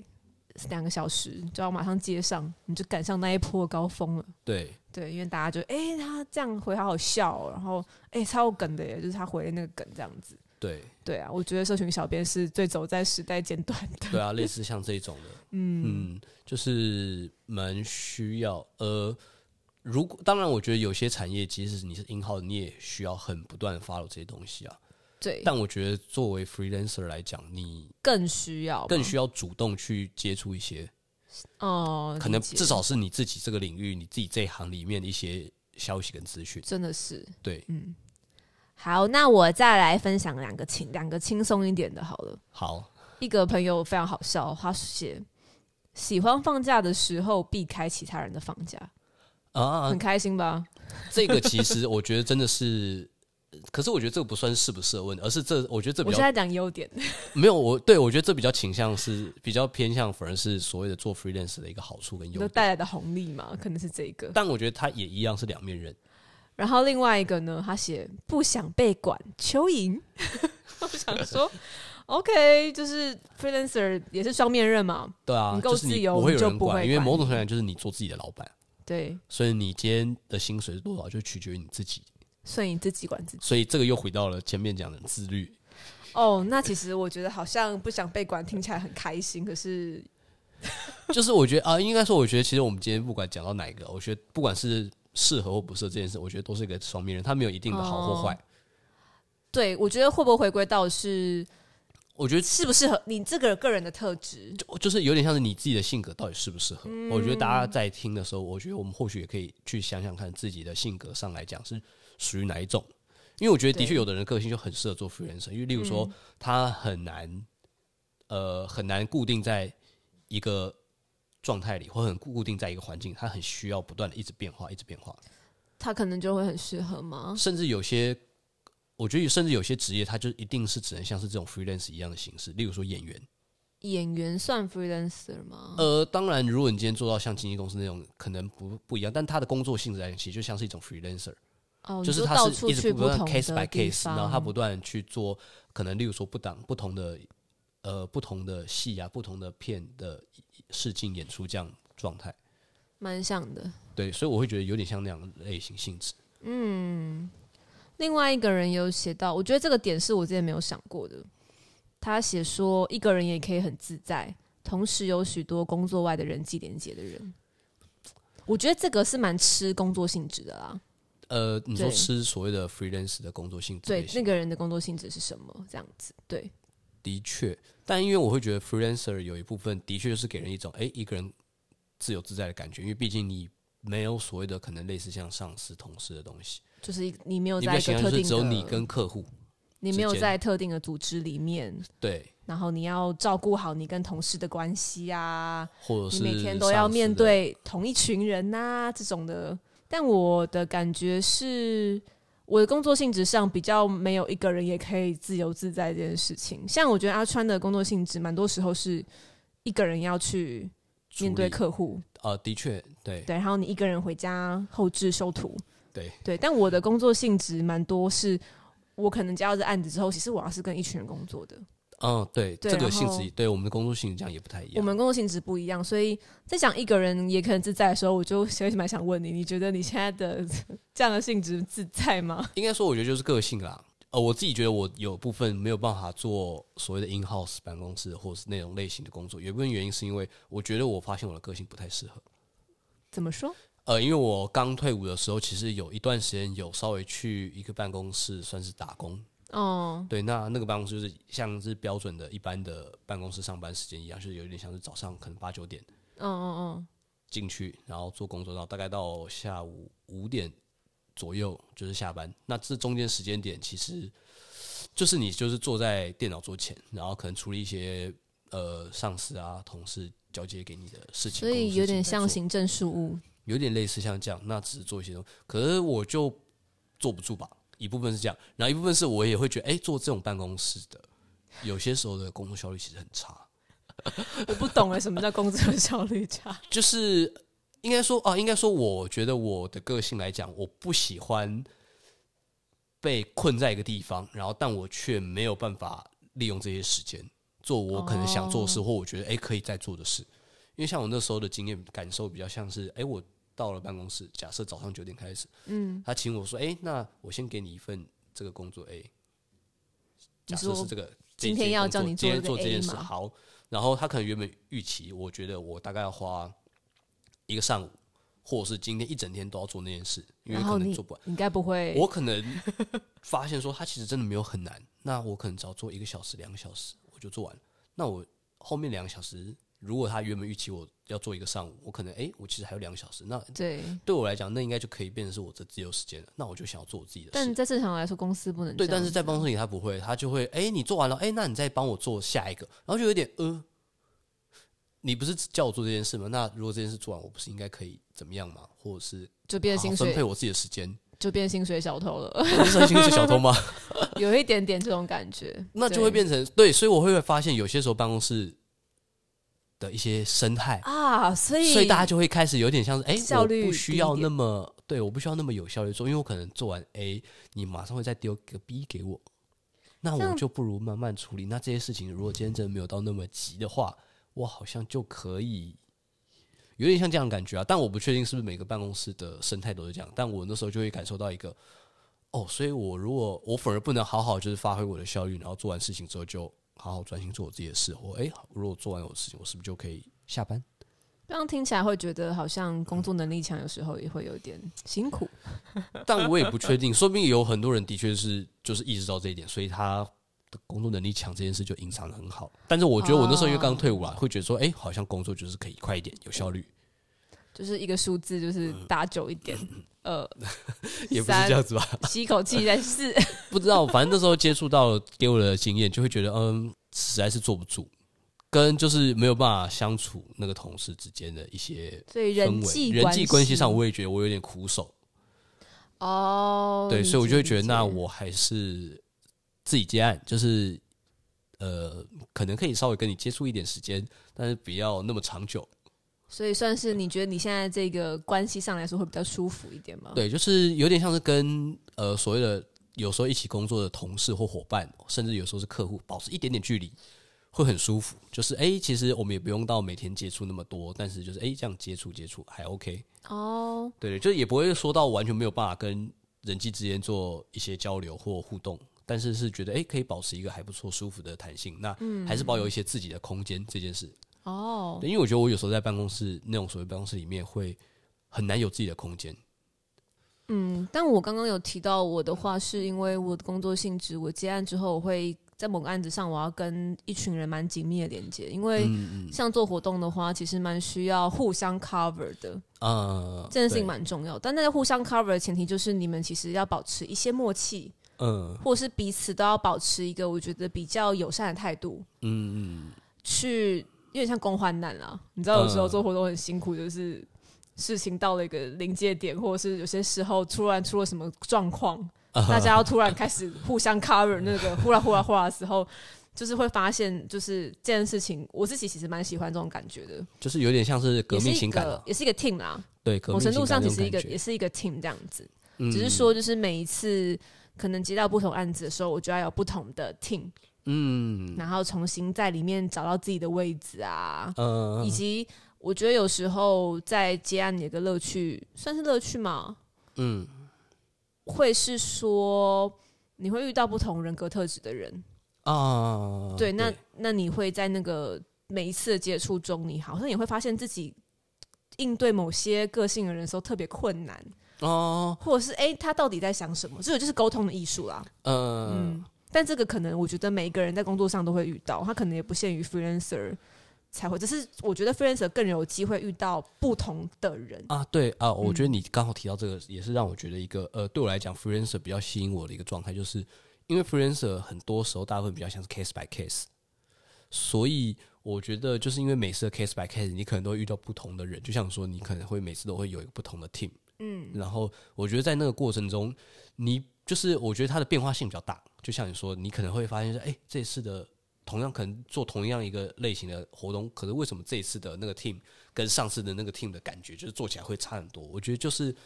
两个小时就要马上接上，你就赶上那一波高峰了。
对，
对，因为大家就哎、他这样回好好笑哦、然后哎、超有梗的耶，就是他回的那个梗这样子。
对，
对啊，我觉得社群小编是最走在时代尖端的。
对啊，类似像这种的，嗯就是蛮需要。呃，如果当然，我觉得有些产业，即使你是 in house，你也需要很不断的 follow 这些东西啊。
对，
但我觉得作为 freelancer 来讲，你
更需要吧，
更需要主动去接触一些，
哦、
可能
理解
至少是你自己这个领域、你自己这一行里面的一些消息跟资讯。
真的是
对，
好。那我再来分享两个轻两个轻松一点的，好了。
好，
一个朋友非常好笑，他写喜欢放假的时候避开其他人的放假，
啊
很，开心吧？
这个其实我觉得真的是，可是我觉得这个不算适不适合问，而是这我觉得这
我
比
现
较
在讲优点，
没有我对我觉得这比较倾向是比较偏向，反而是所谓的做 freelance 的一个好处跟
就
优点。
带来的红利嘛，可能是这个。
但我觉得它也一样是两面人，
然后另外一个呢，他写不想被管蚯蚓， (laughs) 我想说，OK，就是 freelancer 也是双面刃嘛，
对啊，
你够
就是
自
你
由
不会
你
有
就
人
不会
管，因为
管
某种程
你
度上就是你做自己的老板，
对，
所以你今天的薪水是多少就取决于你自己。
所以你自己管自己。
所以这个又回到了前面讲的自律，
哦那其实我觉得好像不想被管，听起来很开心，可是
就是我觉得啊，应该说，我觉得其实我们今天不管讲到哪一个，我觉得不管是适合或不适合这件事，我觉得都是一个双面人，他没有一定的好
哦
或坏。
对我觉得会不会回归到是
我觉得
适不适合你这个个人的特质？
就就是有点像是你自己的性格到底适不适合。我觉得大家在听的时候，我觉得我们或许也可以去想想看自己的性格上来讲是属于哪一种。因为我觉得的确
对
有的人个性就很适合做 freelancer，因为例如说他很难，呃，很难固定在一个状态里，或很固定在一个环境，他很需要不断的一直变化，一直变化。
他可能就会很适合吗？
甚至有些，我觉得甚至有些职业，它就一定是只能像是这种 freelance 一样的形式，例如说演员。
演员算 freelancer 吗？
呃，当然，如果你今天做到像经纪公司那种，可能不不一样，但他的工作性质来讲，其实就像是一种 freelancer，
哦，你
就是
说
它
到
是
处
一直
去
不断
同
case
的
by
地
case，然后它
方
不断去做，可能例如说不当不同的呃不同的戏啊，不同的片的试镜演出这样状态。
蛮像的。
对，所以我会觉得有点像那样的类型性质。
另外一个人也有写到，我觉得这个点是我之前没有想过的。他写说，一个人也可以很自在，同时有许多工作外的人际连接的人。我觉得这个是蛮吃工作性质的啦。
呃，你说
对
吃所谓的 freelance 的工作性质类
对，
型，
那个人的工作性质是什么？这样子，对，
的确，但因为我会觉得 freelancer 有一部分的确是给人一种哎、诶一个人自由自在的感觉，因为毕竟你没有所谓的可能类似像上司、同事的东西，
就是一你没有
你比较
在一
喜
个
欢
特
就是
定
只有
的，
你跟客户
你没有
之间
在特定的组织里面，
对，
然后你要照顾好你跟同事的关系啊，
或者
你
是
每天都
上
要
司
面
的
对同一群人呐、这种的。但我的感觉是，我的工作性质上比较没有一个人也可以自由自在这件事情。像我觉得阿川的工作性质，蛮多时候是一个人要去
处
面对
理
客户，
呃，的确对
对，然后你一个人回家后置修图，
对
对。但我的工作性质蛮多是。我可能接到这案子之后，其实我要是跟一群人工作的，
嗯对，
对
这个
然
性
后
质对我们的工作性质这样也不太一样。
我们工作性质不一样，所以在讲一个人也可能自在的时候，我就其实蛮想问你，你觉得你现在的 (laughs) 这样的性质自在吗？
应该说，我觉得就是个性啦。呃，我自己觉得我有部分没有办法做所谓的 in house 办公室或是那种类型的工作，有一部分原因是因为我觉得我发现我的个性不太适合。
怎么说？
呃，因为我刚退伍的时候，其实有一段时间有稍微去一个办公室算是打工。
哦，
对，那那个办公室就是像是标准的一般的办公室上班时间一样，就是有点像是早上可能八九点
嗯嗯
进去，然后做工作，到大概到下午五点左右就是下班。那这中间时间点，其实就是你就是坐在电脑桌前，然后可能处理一些呃上司啊、同事交接给你的事
嗯，
情，
所
公
以
司
有
事情
点
在
像
做
行政事务。
有点类似像这样，那只是做一些东西，可是我就坐不住吧。一部分是这样，然后一部分是我也会觉得，哎、做这种办公室的，有些时候的工作效率其实很差。
(laughs) 我不懂了，什么叫工作效率差？
就是应该说啊，应该说，我觉得我的个性来讲，我不喜欢被困在一个地方，然后但我却没有办法利用这些时间做我可能想做的事，或我觉得哎、诶可以再做的事。因为像我那时候的经验感受比较像是，哎、我到了办公室，假设早上九点开始，嗯，他请我说，哎、那我先给你一份这个工作 A，假设
说
是这个这
今天
件
要
工作
叫你
今天做
做这
这
个 A
件事，
嘛
好，然后他可能原本预期，我觉得我大概要花一个上午，或者是今天一整天都要做那件事，因为
然
可
后
能
你
做不完。
你该不会
我可能
(laughs)
发现说，它其实真的没有很难，那我可能只要做一个小时、两个小时，我就做完了。那我后面两个小时，如果他原本预期我要做一个上午，我可能诶，我其实还有两个小时，那
对？
对我来讲，那应该就可以变成是我的自由时间了。那我就想要做我自己的事
但。在正常来说，公司不能
对，
这样
但是在办公室里他不会，他就会，哎、你做完了，哎、那你再帮我做下一个，然后就有点，呃，你不是叫我做这件事吗？那如果这件事做完，我不是应该可以怎么样吗？或者是
就变
好好
薪
分配
水
我自己的时间？
就变薪水小偷了， (laughs)
你是薪水小偷吗？
有一点点这种感觉，
那就
对
会变成对，所以我会发现有些时候办公室的一些生态，
啊，所以
所以大家就会开始有点像是，哎、
效率
我不需要
低一
那
点
么，对，我不需要那么有效率做，因为我可能做完 A，你马上会再丢个 B 给我，那
这
我
样
就不如慢慢处理。那这些事情如果今天真的没有到那么急的话，我好像就可以。有点像这样的感觉啊，但我不确定是不是每个办公室的生态都是这样。但我那时候就会感受到一个，哦，所以我如果我反而不能好好就是发挥我的效率，然后做完事情之后就好好专心做我自己的事，或哎、如果做完我的事情，我是不是就可以下班？
这样听起来会觉得好像工作能力强，有时候也会有点辛苦。
但我也不确定，说不定有很多人的确是就是意识到这一点，所以他的工作能力强这件事就隐藏的很好。但是我觉得我那时候因为刚退伍啊，会觉得说，哎、好像工作就是可以快一点，有效率，
就是一个数字，就是打久一点，呃，
嗯 (laughs) 也不是这样子吧？
吸一口气
(laughs)
再试。
不知道，反正那时候接触到给我的经验，就会觉得嗯，实在是坐不住，跟就是没有办法相处那个同事之间的一些
所以
氛
人
围，
际
人际关系
系
上，我也觉得我有点苦手。
哦，
对，
理解
所以我就会觉得，
理解
那我还是自己接案，就是呃，可能可以稍微跟你接触一点时间，但是不要那么长久。
所以算是你觉得你现在这个关系上来说会比较舒服一点吗？，
对，就是有点像是跟呃所谓的有时候一起工作的同事或伙伴，甚至有时候是客户，保持一点点距离，会很舒服。就是哎、诶其实我们也不用到每天接触那么多，但是就是哎、诶这样接触接触还 OK。
哦，
对对，就是也不会说到完全没有办法跟人际之间做一些交流或互动，但是是觉得哎、诶可以保持一个还不错舒服的弹性，那
嗯
还是保有一些自己的空间这件事。
哦，
对因为我觉得我有时候在办公室那种所谓办公室里面会很难有自己的空间。
嗯，但我刚刚有提到我的话，是因为我的工作性质，我接案之后，我会在某个案子上，我要跟一群人蛮紧密的连接，因为像做活动的话，其实蛮需要互相 cover 的，
呃，
这件事情
对
蛮重要。但那个互相 cover 的前提就是你们其实要保持一些默契，
嗯
或是彼此都要保持一个我觉得比较友善的态度，
嗯嗯，
去有点像共患难啦。啊你知道，有时候
嗯
做活动很辛苦，就是。事情到了一个临界点，或者是有些时候突然出了什么状况，
啊
大家要突然开始互相 cover 那个 (laughs) 呼啦呼啦呼啦的时候，就是会发现，就是这件事情，我自己其实蛮喜欢这种感觉的，
就是有点像是革
也是
命
一
情感
个
了，
也是一个 team 啦，
对，革
某
命
程
情
度
感
上
那
其
种
实一
感
个
觉
也，是一个 team 这样子，
嗯
只是说就是每一次可能接到不同案子的时候，我就要有不同的 team，
嗯
然后重新在里面找到自己的位置啊，
呃
以及我觉得有时候在接案有个乐趣，算是乐趣嘛，
嗯
会是说你会遇到不同人格特质的人。
啊，
对，那那你会在那个每一次的接触中，你好像也会发现自己应对某些个性的人的时候特别困难，
哦
或者是诶，他到底在想什么？这个就是沟通的艺术啦。
嗯
嗯，但这个可能我觉得每一个人在工作上都会遇到，他可能也不限于 freelancer 才会，只是我觉得 freelancer 更有机会遇到不同的人。
啊，对啊，我觉得你刚好提到这个，也是让我觉得一个呃，对我来讲，freelancer 比较吸引我的一个状态，就是因为 freelancer 很多时候大部分比较像是 case by case，所以我觉得就是因为每次的 case by case，你可能都会遇到不同的人，就像说你可能会每次都会有一个不同的 team，嗯，然后我觉得在那个过程中，你就是我觉得它的变化性比较大，就像你说，你可能会发现说，哎，这次的。同样可能做同样一个类型的活动，可是为什么这一次的那个 team 跟上次的那个 team 的感觉，就是做起来会差很多。我觉得就是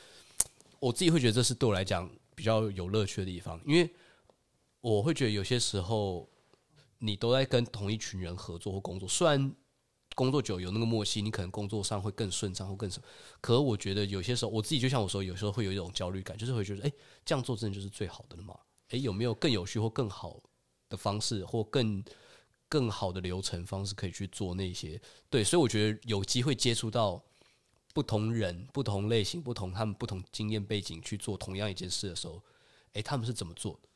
我自己会觉得这是对我来讲比较有乐趣的地方，因为我会觉得有些时候你都在跟同一群人合作或工作，虽然工作久有那个默契，你可能工作上会更顺畅或更什么，可我觉得有些时候我自己就像我说，有时候会有一种焦虑感，就是会觉得哎、诶这样做真的就是最好的了吗？哎、有没有更有序或更好的方式或更？更好的流程方式可以去做那些对，所以我觉得有机会接触到不同人、不同类型、不同他们不同经验背景去做同样一件事的时候，诶，他们是怎么做的？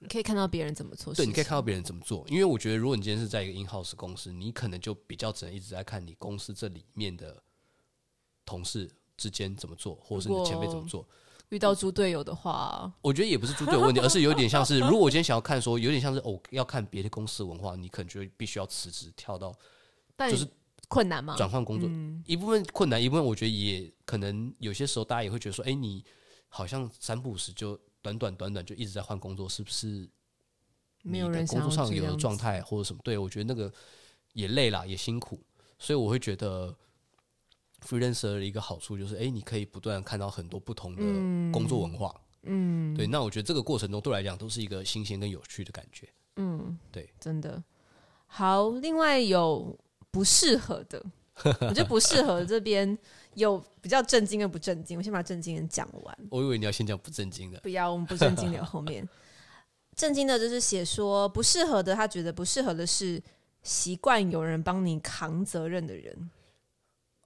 你可以看到别人怎么做事
对，
情，
你可以看到别人怎么做。因为我觉得，如果你今天是在一个 in house 公司，你可能就比较只能一直在看你公司这里面的同事之间怎么做，或者是你的前辈怎么做。
遇到猪队友的话，
我觉得也不是猪队友问题，而是有点像是，如果我今天想要看说，有点像是哦，要看别的公司文化，你可能就必须要辞职跳到
但
就是
困难嘛。
转换工作，
嗯
一部分困难，一部分我觉得也可能有些时候大家也会觉得说，哎、你好像三不五时就短短短短就一直在换工作，是不是？
没有
工
人想要
作上
这
有的
样
状
子
态或者什么，对我觉得那个也累啦，也辛苦，所以我会觉得 freelancer 的一个好处就是，哎、你可以不断地看到很多不同的工作文化，嗯，对，那我觉得这个过程中对我来讲都是一个新鲜跟有趣的感觉，
真的。好，另外有不适合
(laughs)
的，我觉得不适合这边有比较震惊跟不震惊，我先把震惊的讲完，
我以为你要先讲不正经的，
不要我们不震惊留
(laughs)
后面。震惊的就是写说不适合的，他觉得不适合的是习惯有人帮你扛责任的人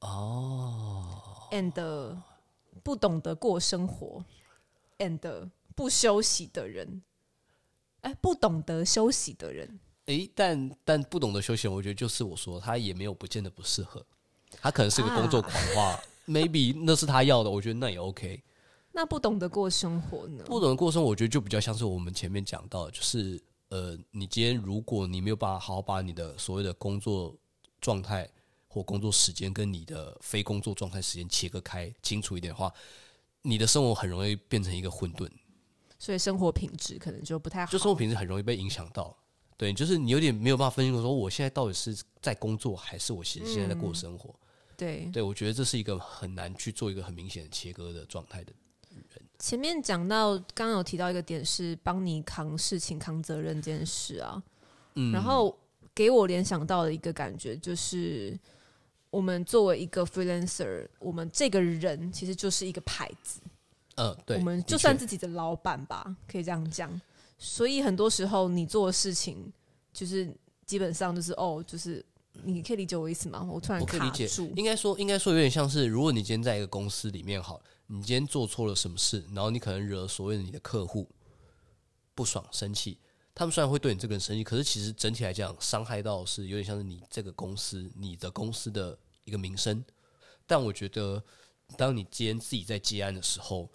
哦，
，and 不懂得过生活，and 不休息的人，哎，不懂得休息的人，
诶，但但不懂得休闲，我觉得就是我说他也没有不见得不适合，他可能是个工作狂的话、m a y b e 那是他要的，我觉得那也 OK。
那不懂得过生活呢？
不懂得过生，我觉得就比较像是我们前面讲到的，就是呃，你今天如果你没有办法好好把你的所谓的工作状态或工作时间跟你的非工作状态时间切割开清楚一点的话，你的生活很容易变成一个混沌，
所以生活品质可能就不太好。
就生活品质很容易被影响到。对，就是你有点没有办法分清楚，说我现在到底是在工作，还是我其实现在在过生活。
对，
对我觉得这是一个很难去做一个很明显的切割的状态的。
前面讲到，刚刚有提到一个点是帮你扛事情、扛责任这件事啊，
嗯，
然后给我联想到的一个感觉就是，我们作为一个 freelancer，我们这个人其实就是一个牌子，
呃，对，
我们
的
就算
确
自己的老板吧，可以这样讲。所以很多时候你做的事情，就是基本上就是哦，就是你可以理解我意思吗？我突然
我可以
卡
理解
住，
应该说，应该说有点像是，如果你今天在一个公司里面好了，你今天做错了什么事，然后你可能惹所谓的你的客户不爽、生气，他们虽然会对你这个人生气，可是其实整体来讲，伤害到是有点像是你这个公司、你的公司的一个名声。但我觉得，当你今天自己在接案的时候，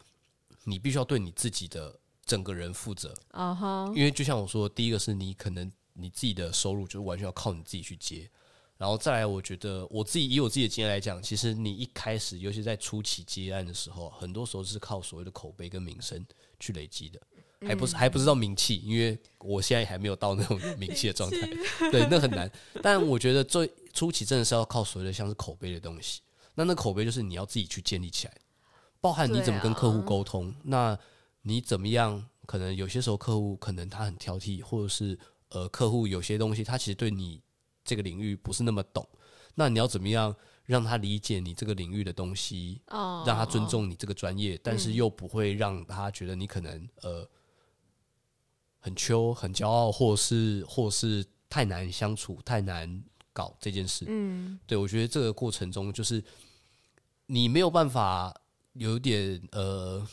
你必须要对你自己的整个人负责，
啊哈，
因为就像我说，第一个是你可能你自己的收入就是完全要靠你自己去接，然后再来，我觉得我自己以我自己的经验来讲，其实你一开始，尤其在初期接案的时候，很多时候是靠所谓的口碑跟名声去累积的，还不是还不是到名气，因为我现在还没有到那种有名气的状态， (laughs) 对，那很难。但我觉得最初期真的是要靠所谓的像是口碑的东西，那那口碑就是你要自己去建立起来，包含你怎么跟客户沟通，那你怎么样？可能有些时候客户可能他很挑剔，或者是呃，客户有些东西他其实对你这个领域不是那么懂，那你要怎么样让他理解你这个领域的东西，
哦，
让他尊重你这个专业，但是又不会让他觉得你可能呃很秋、很骄傲，或是或是太难相处、太难搞这件事。
嗯，
对我觉得这个过程中，就是你没有办法有点呃，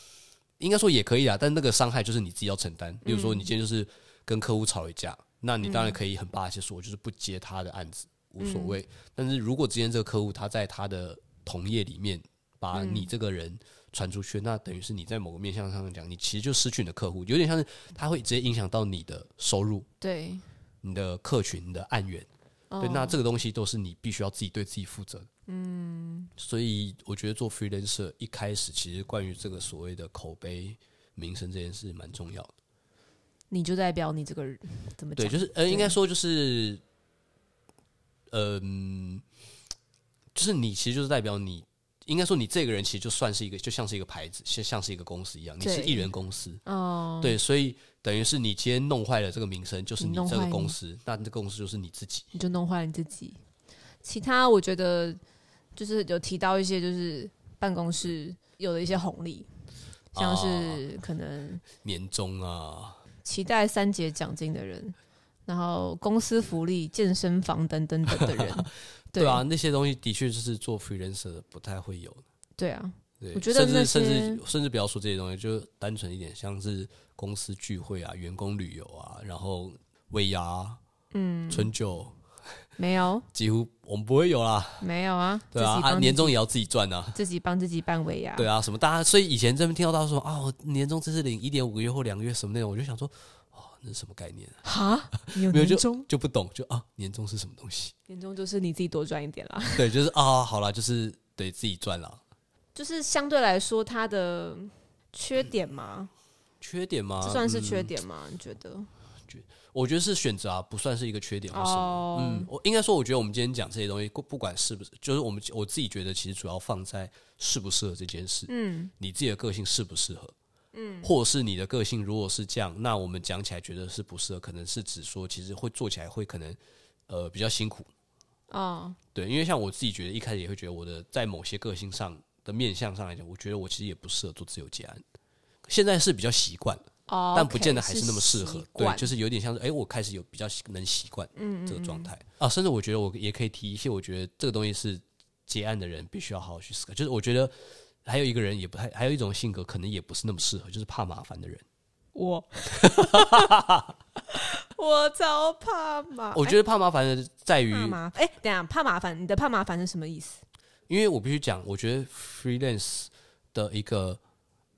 应该说也可以啊，但那个伤害就是你自己要承担。比如说，你今天就是跟客户吵一架，那你当然可以很霸气地说，我就是不接他的案子，无所谓。但是如果今天这个客户他在他的同业里面把你这个人传出去，那等于是你在某个面向上讲，你其实就失去你的客户，有点像是他会直接影响到你的收入、
对，
你的客群、你的案源。
哦
对，那这个东西都是你必须要自己对自己负责的。嗯，所以我觉得做 freelancer 一开始其实关于这个所谓的口碑、名声这件事蛮重要的。
你就代表你这个人怎么讲
对，就是呃，应该说就是，嗯、就是你其实就是代表你，应该说你这个人其实就算是一个，就像是一个牌子，像像是一个公司一样，你是
对
艺人公司。
哦，
对，所以等于是你今天弄坏了这个名声，就是
你
你
弄
这个
坏
公
你
司，那这个公司就是你自己。
你就弄坏你自己。其他我觉得就是有提到一些就是办公室有的一些红利，像是可能
年终啊，
期待三节奖金的人，然后公司福利、健身房等等等的
(laughs)
人，
对啊，，那些东西的确就是做 freelancer 的不太会有的。
对啊，
对，
我觉得
甚
那
至甚
些
至甚至不要说这些东西，就单纯一点，像是公司聚会啊、员工旅游啊，然后尾牙、
嗯，
春酒，
没有
几乎我们不会有啦。
没有啊，
对啊，
自己
啊
帮
年
自己
终也要自己赚啊。
自己帮自己办尾牙，
对啊，什么大家，所以以前这边听到大家说啊，我年终这是领一点五个月或两个月什么那种，我就想说，哦，那是什么概念啊、
哈，你有
没有
年终，
就不懂，就啊，年终是什么东西？ (laughs)
年终就是你自己多赚一点啦。
对，就是啊，好啦，就是得自己赚啦。
就是相对来说，它的缺点嘛，
缺点吗？
这算是
嗯
缺点吗？你觉得？
我觉得是选择啊，不算是一个缺点或什么。
哦，
嗯，我应该说，我觉得我们今天讲这些东西，不不管是不是，就是我们我自己觉得，其实主要放在适不适合这件事，
嗯
你自己的个性适不适合，嗯，或是你的个性如果是这样，那我们讲起来觉得是不适合，可能是指说其实会做起来会可能呃比较辛苦，
哦，
对，因为像我自己觉得一开始也会觉得我的在某些个性上的面向上来讲，我觉得我其实也不适合做自由结案，现在是比较习惯了。
哦，
但不见得还是那么适合。对，就是是有点像是，哎、我开始有比较能习惯
嗯
这个状态啊。甚至我觉得我也可以提一些，我觉得这个东西是结案的人必须要好好去思考。就是我觉得还有一个人也不太，还有一种性格可能也不是那么适合，就是怕麻烦的人。 (laughs)
我，我超怕麻，
我觉得怕麻烦的在于，
哦哎怕麻烦。哎，等一下怕麻烦，你的怕麻烦是什么意思？
因为我必须讲，我觉得 freelance 的一个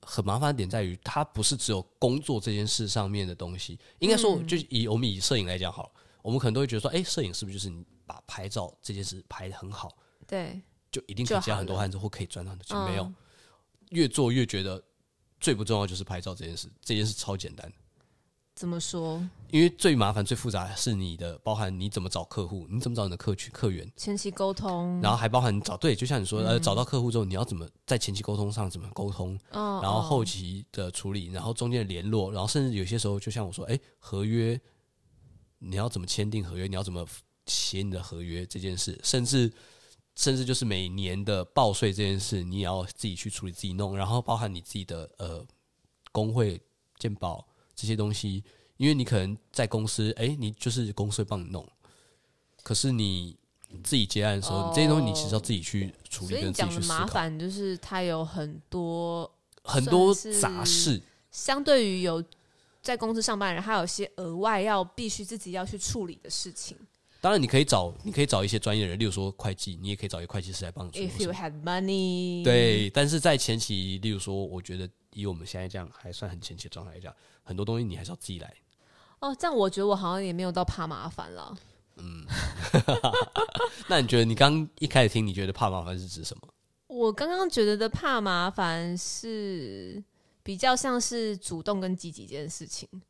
很麻烦的点在于，它不是只有工作这件事上面的东西。应该说，就以我们以摄影来讲好了，我们可能都会觉得说，哎、摄影是不是就是你把拍照这件事拍的很好，
对，
就一定可以
就
加
好
很多
了
汉字或可以赚到很多
嗯
钱？没有，越做越觉得最不重要就是拍照这件事，这件事超简单。
怎么说？
因因为最麻烦、最复杂的是你的，包含你怎么找客户，你怎么找你的客群、客源，
前期沟通，
然后还包含你找对，就像你说，呃，找到客户之后，你要怎么在前期沟通上怎么沟通，
嗯，
然后
嗯
后期的处理，然后中间的联络，然后甚至有些时候，就像我说，哎，合约你要怎么签订合约，你要怎么写你的合约这件事，甚至甚至就是每年的报税这件事，你也要自己去处理、自己弄，然后包含你自己的呃工会、健保这些东西，因为你可能在公司，哎，你就是公司会帮你弄，可是你。自己结案的时候，你这些东西你其实要自己去处
哦所
理，
以你
跟自己
讲
去
的
思
麻
考
烦就是它有很多，
很多
算是
杂事。
相对于有在公司上班的人，他有一些额外要必须自己要去处理的事情。
当然，你可以找你可以找一些专业的人，例如说会计，你也可以找一个会计师来帮你处理
If
什么。
you had money，，
对，但是在前期，例如说，我觉得以我们现在这样还算很前期的状态来讲，很多东西你还是要自己来。
哦，这样我觉得我好像也没有到怕麻烦了。
那你觉得你刚一开始听，你觉得怕麻烦是指什么？
我刚刚觉得的怕麻烦是比较像是主动跟积极这件事情，
嗯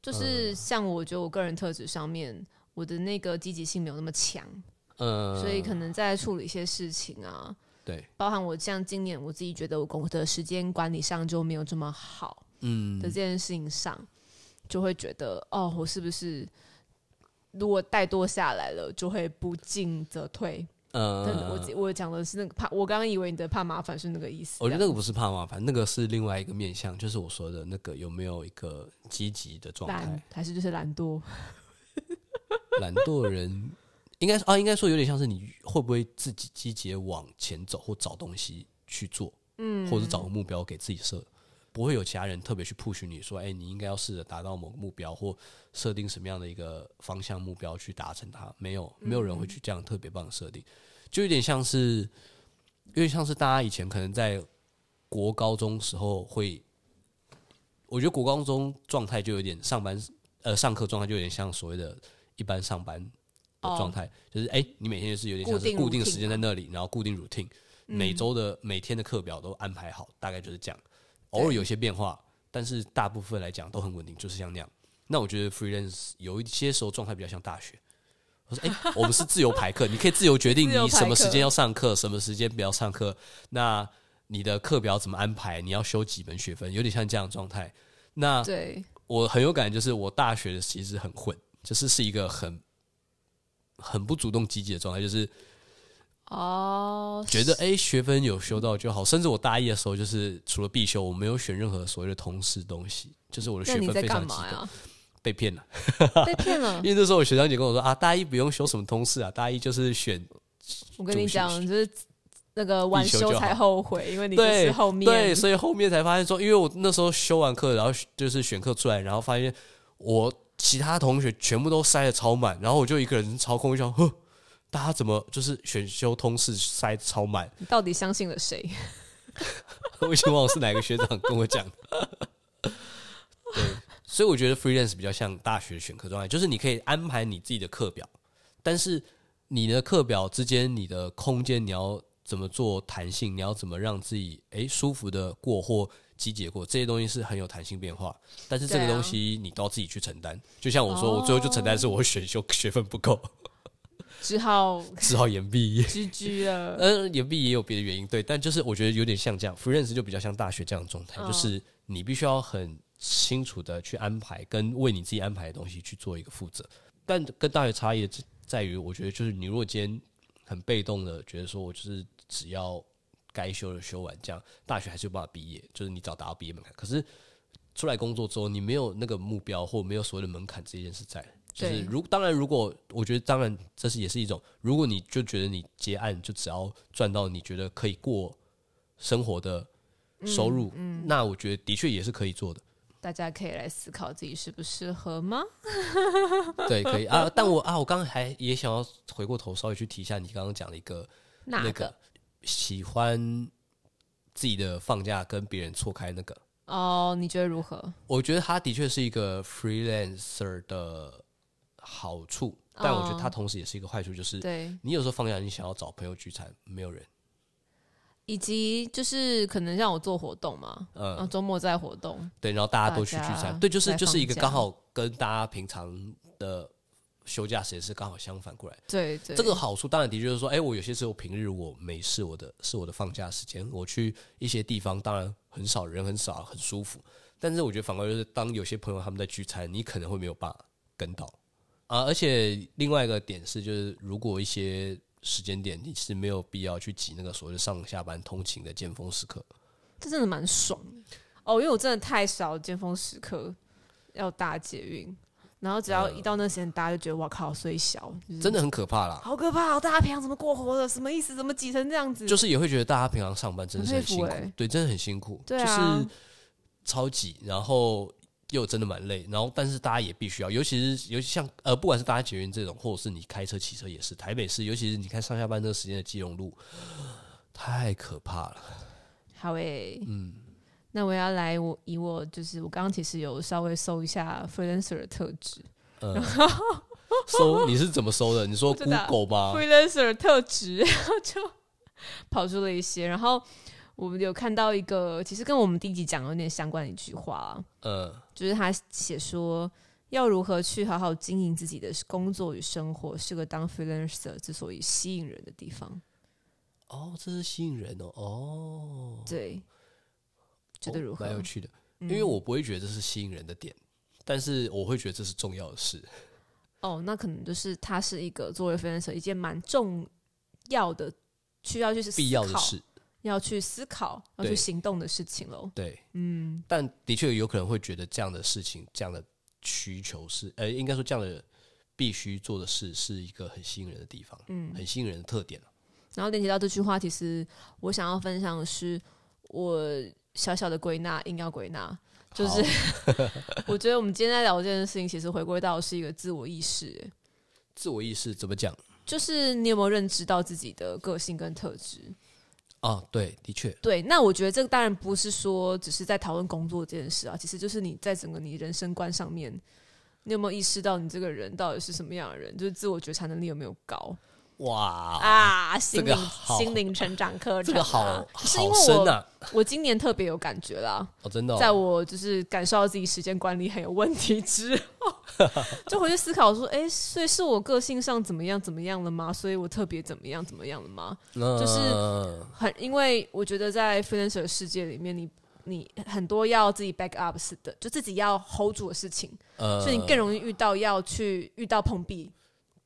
就是像我觉得我个人特质上面，我的那个积极性没有那么强，
呃，
所以可能在处理一些事情啊，
对，
包含我像今年我自己觉得我工作的时间管理上就没有这么好，嗯的这件事情上，就会觉得哦，我是不是如果怠惰下来了，就会不进则退。但
呃，
我自己我讲的是那个怕，我刚刚以为你的怕麻烦是那个意思。
我觉得那
这
个不是怕麻烦，那个是另外一个面向，就是我说的那个有没有一个积极的状
样
态
懒。还是就是懒惰，
(laughs) 懒惰的人应该啊，应该说有点像是你会不会自己积极地往前走，或找东西去做，嗯，或者是找个目标给自己设，不会有其他人特别去 push 你说，哎、你应该要试着达到某个目标，或设定什么样的一个方向目标去达成它。没有，
嗯
没有人会去这样特别帮你设定，就有点像是，有点像是大家以前可能在国高中时候会。我觉得国高中状态就有点上班，呃，上课状态就有点像所谓的一般上班的状态，就是哎、你每天就是有点像
哦固
是
定
固定
routine
时间
嘛嗯
在那里，然后固定 routine，、每周的每天的课表都安排好，大概就是这样。偶尔有些变化，但是大部分来讲都很稳定，就是像那样。那我觉得 freelance 有一些时候状态比较像大学。我说，哎、 (laughs) 我们是自由排课，你可以自由决定
自由
你
排
什么时
课
间要上课，什么时间不要上课。那你的课表怎么安排？你要修几门学分？有点像这样的状态。那
对，
我很有感，就是我大学其实很混，就是是一个很很不主动积极的状态，就是
哦，
觉得哎、诶学分有修到就好。甚至我大一的时候，就是除了必修，我没有选任何所谓的通识东西，就是我的
那
学
你
分
在
非
干
常激
嘛
动，
呀？
被骗了。
(laughs) 被骗了
(laughs) 因！为那时候我学长姐跟我说啊，大一不用修什么通识啊，大一就是选
我跟你
主修
讲，就是那个晚
必修
修
就
才
好
后悔，因为你就是
对
后面
对，所以后面才发现说，因为我那时候修完课，然后就是选课出来，然后发现我其他同学全部都塞的超满，然后我就一个人超空，我想呵，大家怎么就是选修通识塞超满？
你到底相信了谁？ (laughs)
我已经忘了是哪个学长跟我讲的。对，所以我觉得 freelance 比较像大学的选课状态，就是你可以安排你自己的课表，但是你的课表之间，你的空间你要怎么做弹性，你要怎么让自己诶舒服的过或集结过，这些东西是很有弹性变化。但是这个
对啊哦
东西你都要自己去承担。就像我说，我最后就承担是我选修 (laughs) 学分不够，
只好
只好延毕业。
居居了。
呃，延毕也有别的原因，对，但就是我觉得有点像这样，freelance 就比较像大学这样的状态，
嗯
就是你必须要很清楚的去安排，跟为你自己安排的东西去做一个负责。但跟大学差异在在于，我觉得就是你如果今天很被动的觉得说我就是只要该修的修完，这样大学还是有办法毕业，就是你早达到毕业门槛。可是出来工作之后，你没有那个目标或没有所谓的门槛这件事在。就是
对
如当然，如果我觉得当然这是也是一种，如果你就觉得你结案就只要赚到你觉得可以过生活的收入，
嗯
那我觉得的确也是可以做的。
大家可以来思考自己适不适合吗？
对，
(laughs)
可以啊。但我啊，我刚刚还也想要回过头稍微去提一下你刚刚讲的一个
哪
那个喜欢自己的放假跟别人错开那个，
哦，你觉得如何？
我觉得它的确是一个 freelancer 的好处，但我觉得它同时也是一个坏处，就是
哦对，
你有时候放假你想要找朋友聚餐，没有人。
以及就是可能像我做活动嘛，
嗯
然后周末在活动，
对，然后大家都去聚
大家
餐，对，就是
在
就是一个
放假
刚好跟大家平常的休假时间是刚好相反过来。
对对，
这个好处当然的确就是说，哎、我有些时候平日我没事，我的是我的放假时间，我去一些地方，当然很少人，很少，很舒服。但是我觉得反过来就是，当有些朋友他们在聚餐，你可能会没有办法跟到啊。而且另外一个点是，就是如果一些时间点你是没有必要去挤那个所谓的上下班通勤的尖峰时刻，
这真的蛮爽的哦，因为我真的太少尖峰时刻要搭捷运，然后只要一到那时间，大家就觉得哇靠，虽小，哦就是
真的很可怕啦。
好可怕、哦！大家平常怎么过活的？什么意思？怎么挤成这样子？
就是也会觉得大家平常上班真的是
很
很
佩服
辛苦，
欸
对，真的很辛苦，
对啊
就是超级，然后又真的蛮累，然后但是大家也必须要，尤其是尤其像呃，不管是搭捷运这种，或者是你开车、骑车也是，台北市，尤其是你看上下班这个时间的基隆路，太可怕了。
(laughs) 好诶、嗯，那我要来我以我就是我刚刚其实有稍微搜一下 freelancer 的特质、
嗯，搜你是怎么搜的？你说
不知道
Google 吗
f r？e e l a n c e r 的特质， (laughs) 然后就跑出了一些，然后我们有看到一个其实跟我们第一集讲有点相关的一句话、啊，
嗯，
就是他写说，要如何去好好经营自己的工作与生活，是个当 freelancer 之所以吸引人的地方。
哦，这是吸引人哦，哦，
对，觉得
哦
如何？嗯
蛮有趣的，因为我不会觉得这是吸引人的点，但是我会觉得这是重要的事。
哦，那可能就是它是一个作为 freelancer 一件蛮重要的，需要去思考
必要的事，，
要去思考、要去
对
行动的事情喽。
对，
嗯，
但的确有可能会觉得这样的事情、这样的需求是，呃，应该说这样的必须做的事是一个很吸引人的地方，嗯，很吸引人的特点、啊、
然后连接到这句话，其实我想要分享的是我小小的归纳，硬要归纳，就是
好
(laughs) 我觉得我们今天在聊这件事情，其实回归到是一个自我意识，
自我意识怎么讲
就是你有没有认知到自己的个性跟特质？
啊？对，的确，
对，那我觉得这个当然不是说只是在讨论工作这件事啊，其实就是你在整个你人生观上面，你有没有意识到你这个人到底是什么样的人？就是自我觉察能力有没有高
哇，
啊？心
哦这
灵
个好
心灵成长课
这
程、
个
啊，
好
是因
好
为
深
我
啊！
我今年特别有感觉啦，
哦，真的、
在
哦，
我就是感受到自己时间管理很有问题之后，
(laughs)
就回去思考说，哎、所以是我个性上怎么样怎么样了吗？所以我特别怎么样怎么样了吗？
嗯
就是很，因为我觉得在 freelancer 世界里面，你你很多要自己 back up 是的，就自己要 hold 住的事情，
呃
所以你更容易遇到要去遇到碰壁、遇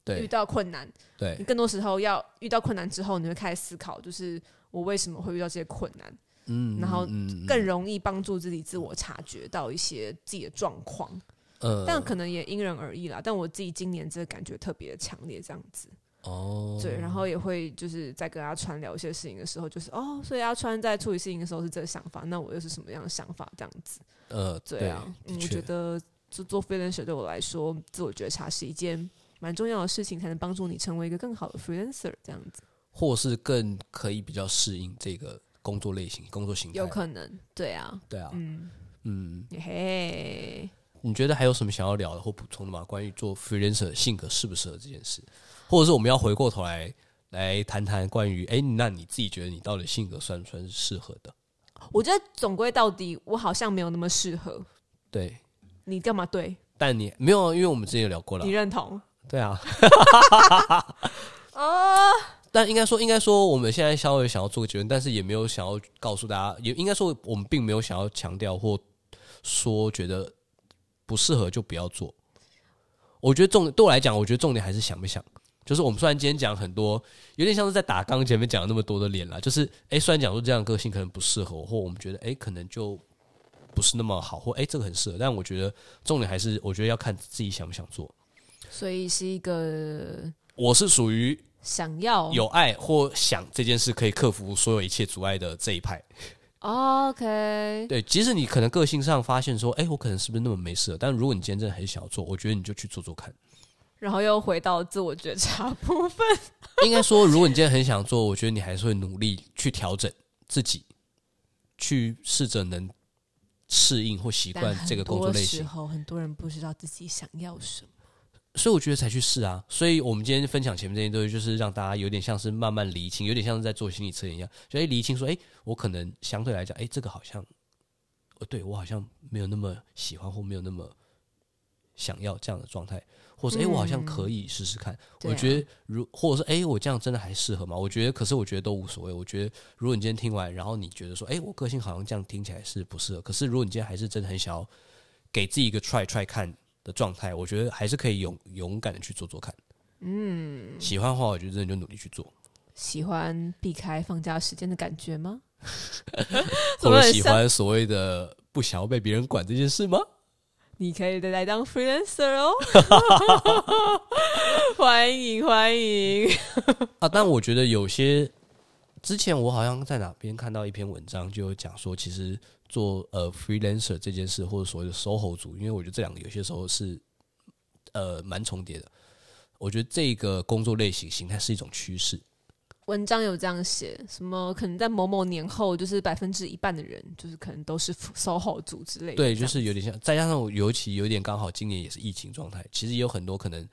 对
到困难。你
对，
更多时候要遇到困难之后，你会开始思考，就是我为什么会遇到这些困难，
嗯
然后
嗯
更容易帮助自己自我察觉到一些自己的状况。
嗯
但可能也因人而异啦。但我自己今年这个感觉特别强烈，这样子。
哦，
对，然后也会就是在跟阿川聊一些事情的时候，就是哦，所以阿川在处理事情的时候是这个想法，那我又是什么样的想法？这样子，
呃，
对啊，嗯
的
我觉
确，
得就做 freelancer 对我来说，自我觉察是一件蛮重要的事情，才能帮助你成为一个更好的 freelancer，这样子
或是更可以比较适应这个工作类型、工作形态，
有可能，对啊，
对啊，
嗯，
嗯
嘿，
你觉得还有什么想要聊的或补充的吗？关于做 freelancer 的性格适不适合这件事，或者是我们要回过头来来谈谈关于，哎、那你自己觉得你到底性格算不算是适合的？
我觉得总归到底，我好像没有那么适合。
对，
你干嘛对？
但你没有啊，因为我们之前有聊过了
你，认同？
对啊。
哦，
但应该说，应该说，我们现在稍微想要做个结论，但是也没有想要告诉大家，也应该说，我们并没有想要强调或说觉得不适合就不要做。我觉得重对我来讲，我觉得重点还是想不想。就是我们虽然今天讲很多，有点像是在打刚前面讲了那么多的脸啦，就是诶，虽然讲说这样的个性可能不适合我，或我们觉得诶可能就不是那么好，或诶这个很适合，但我觉得重点还是我觉得要看自己想不想做。
所以是一个
我是属于
想要
有爱或想这件事可以克服所有一切阻碍的这一派。
OK，
对，即使你可能个性上发现说，哎、我可能是不是那么没事了？但如果你今天真的很想要做，我觉得你就去做做看。 (laughs)
然后又回到自我觉察部分。
应该说，如果你今天很想做，我觉得你还是会努力去调整自己，去试着能适应或习惯这个工作类
但很多时
型。
候很多人不知道自己想要什么。
所以我觉得才去试啊。所以我们今天分享前面这些东西，就是让大家有点像是慢慢厘清，有点像是在做心理测验一样，就哎厘清说，哎，我可能相对来讲，哎，这个好像，呃，对我好像没有那么喜欢，或没有那么想要这样的状态，或是哎，我好像可以试试看。
嗯对
我
啊
觉得如或者是哎，我这样真的还适合吗？我觉得，可是我觉得都无所谓。我觉得如果你今天听完，然后你觉得说，哎，我个性好像这样听起来是不适合，可是如果你今天还是真的很想要给自己一个 try try 看的状态，我觉得还是可以勇勇敢的去做做看。嗯，喜欢的话，我觉得真的就努力去
(laughs)
做，
喜欢避开放假时间的感觉吗？
或
怎么
者
很
喜
像？
欢所谓的不想要被别人管这件事吗？
你可以来当 freelancer 哦， (laughs) 欢迎欢迎。
啊，但我觉得有些之前我好像在哪边看到一篇文章，就有讲说，其实做呃 freelancer 这件事，或者所谓的 SOHO 族，因为我觉得这两个有些时候是呃蛮重叠的。我觉得这个工作类型形态是一种趋势，
文章有这样写，什么可能在某某年后，就是百分之一半的人，就是可能都是 (laughs) SOHO 族之类的。
对，
这样
就是有点像，再加上我尤其有点刚好今年也是疫情状态，其实也有很多可能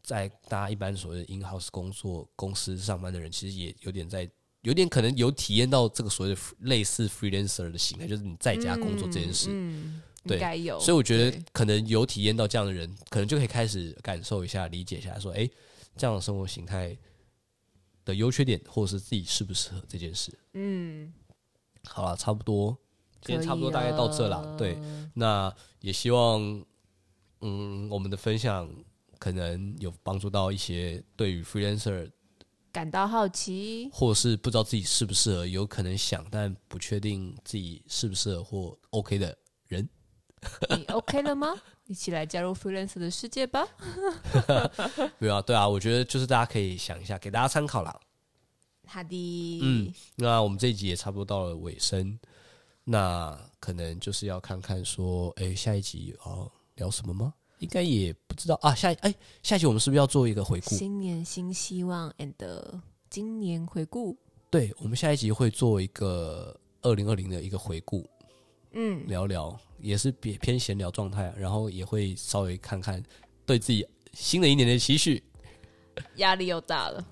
在大家一般所谓的 in house 工作公司上班的人，其实也有点在有点可能有体验到这个所谓的 fr- 类似 freelancer 的形态，就是你在家工作这件事。
嗯，
对
应该有。
所以我觉得
对
可能有体验到这样的人，可能就可以开始感受一下、理解一下，说，哎、这样的生活形态的优缺点，或者是自己适不适合这件事。
嗯，
好了，差不多，
啊
今天差不多大概到这啦。
可以
对，那也希望，嗯，我们的分享可能有帮助到一些对于 freelancer
感到好奇，
或是不知道自己适不适合，有可能想但不确定自己适不适合或 OK 的人。
你 OK 了吗？ (laughs) 一起来加入 freelancer 的世界吧。
对啊，对啊，我觉得就是大家可以想一下，给大家参考啦。
好的，
嗯，那我们这一集也差不多到了尾声，那可能就是要看看说，哎、下一集要聊什么吗？应该也不知道啊。下哎、下一集我们是不是要做一个回顾？
新年新希望 and 今年回顾，
对，我们下一集会做一个二零二零的一个回顾，
嗯，
聊聊也是偏偏闲聊状态，啊然后也会稍微看看对自己新的一年的期许。
压力又大了，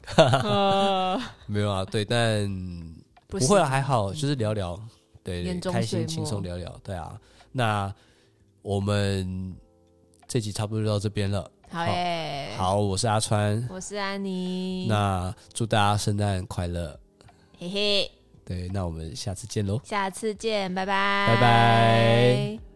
呃
没有啊，对，但
(laughs) 不
不
行
会啊，还好，就是聊聊，对
眼
对，
中
开心
水
轻松
墨
聊聊，对啊。那我们这集差不多就到这边了。
好耶，，
好，我是阿川，
我是安妮，
那祝大家圣诞快乐。
嘿嘿，
对，那我们下次见喽。
下次见，拜拜，
拜拜。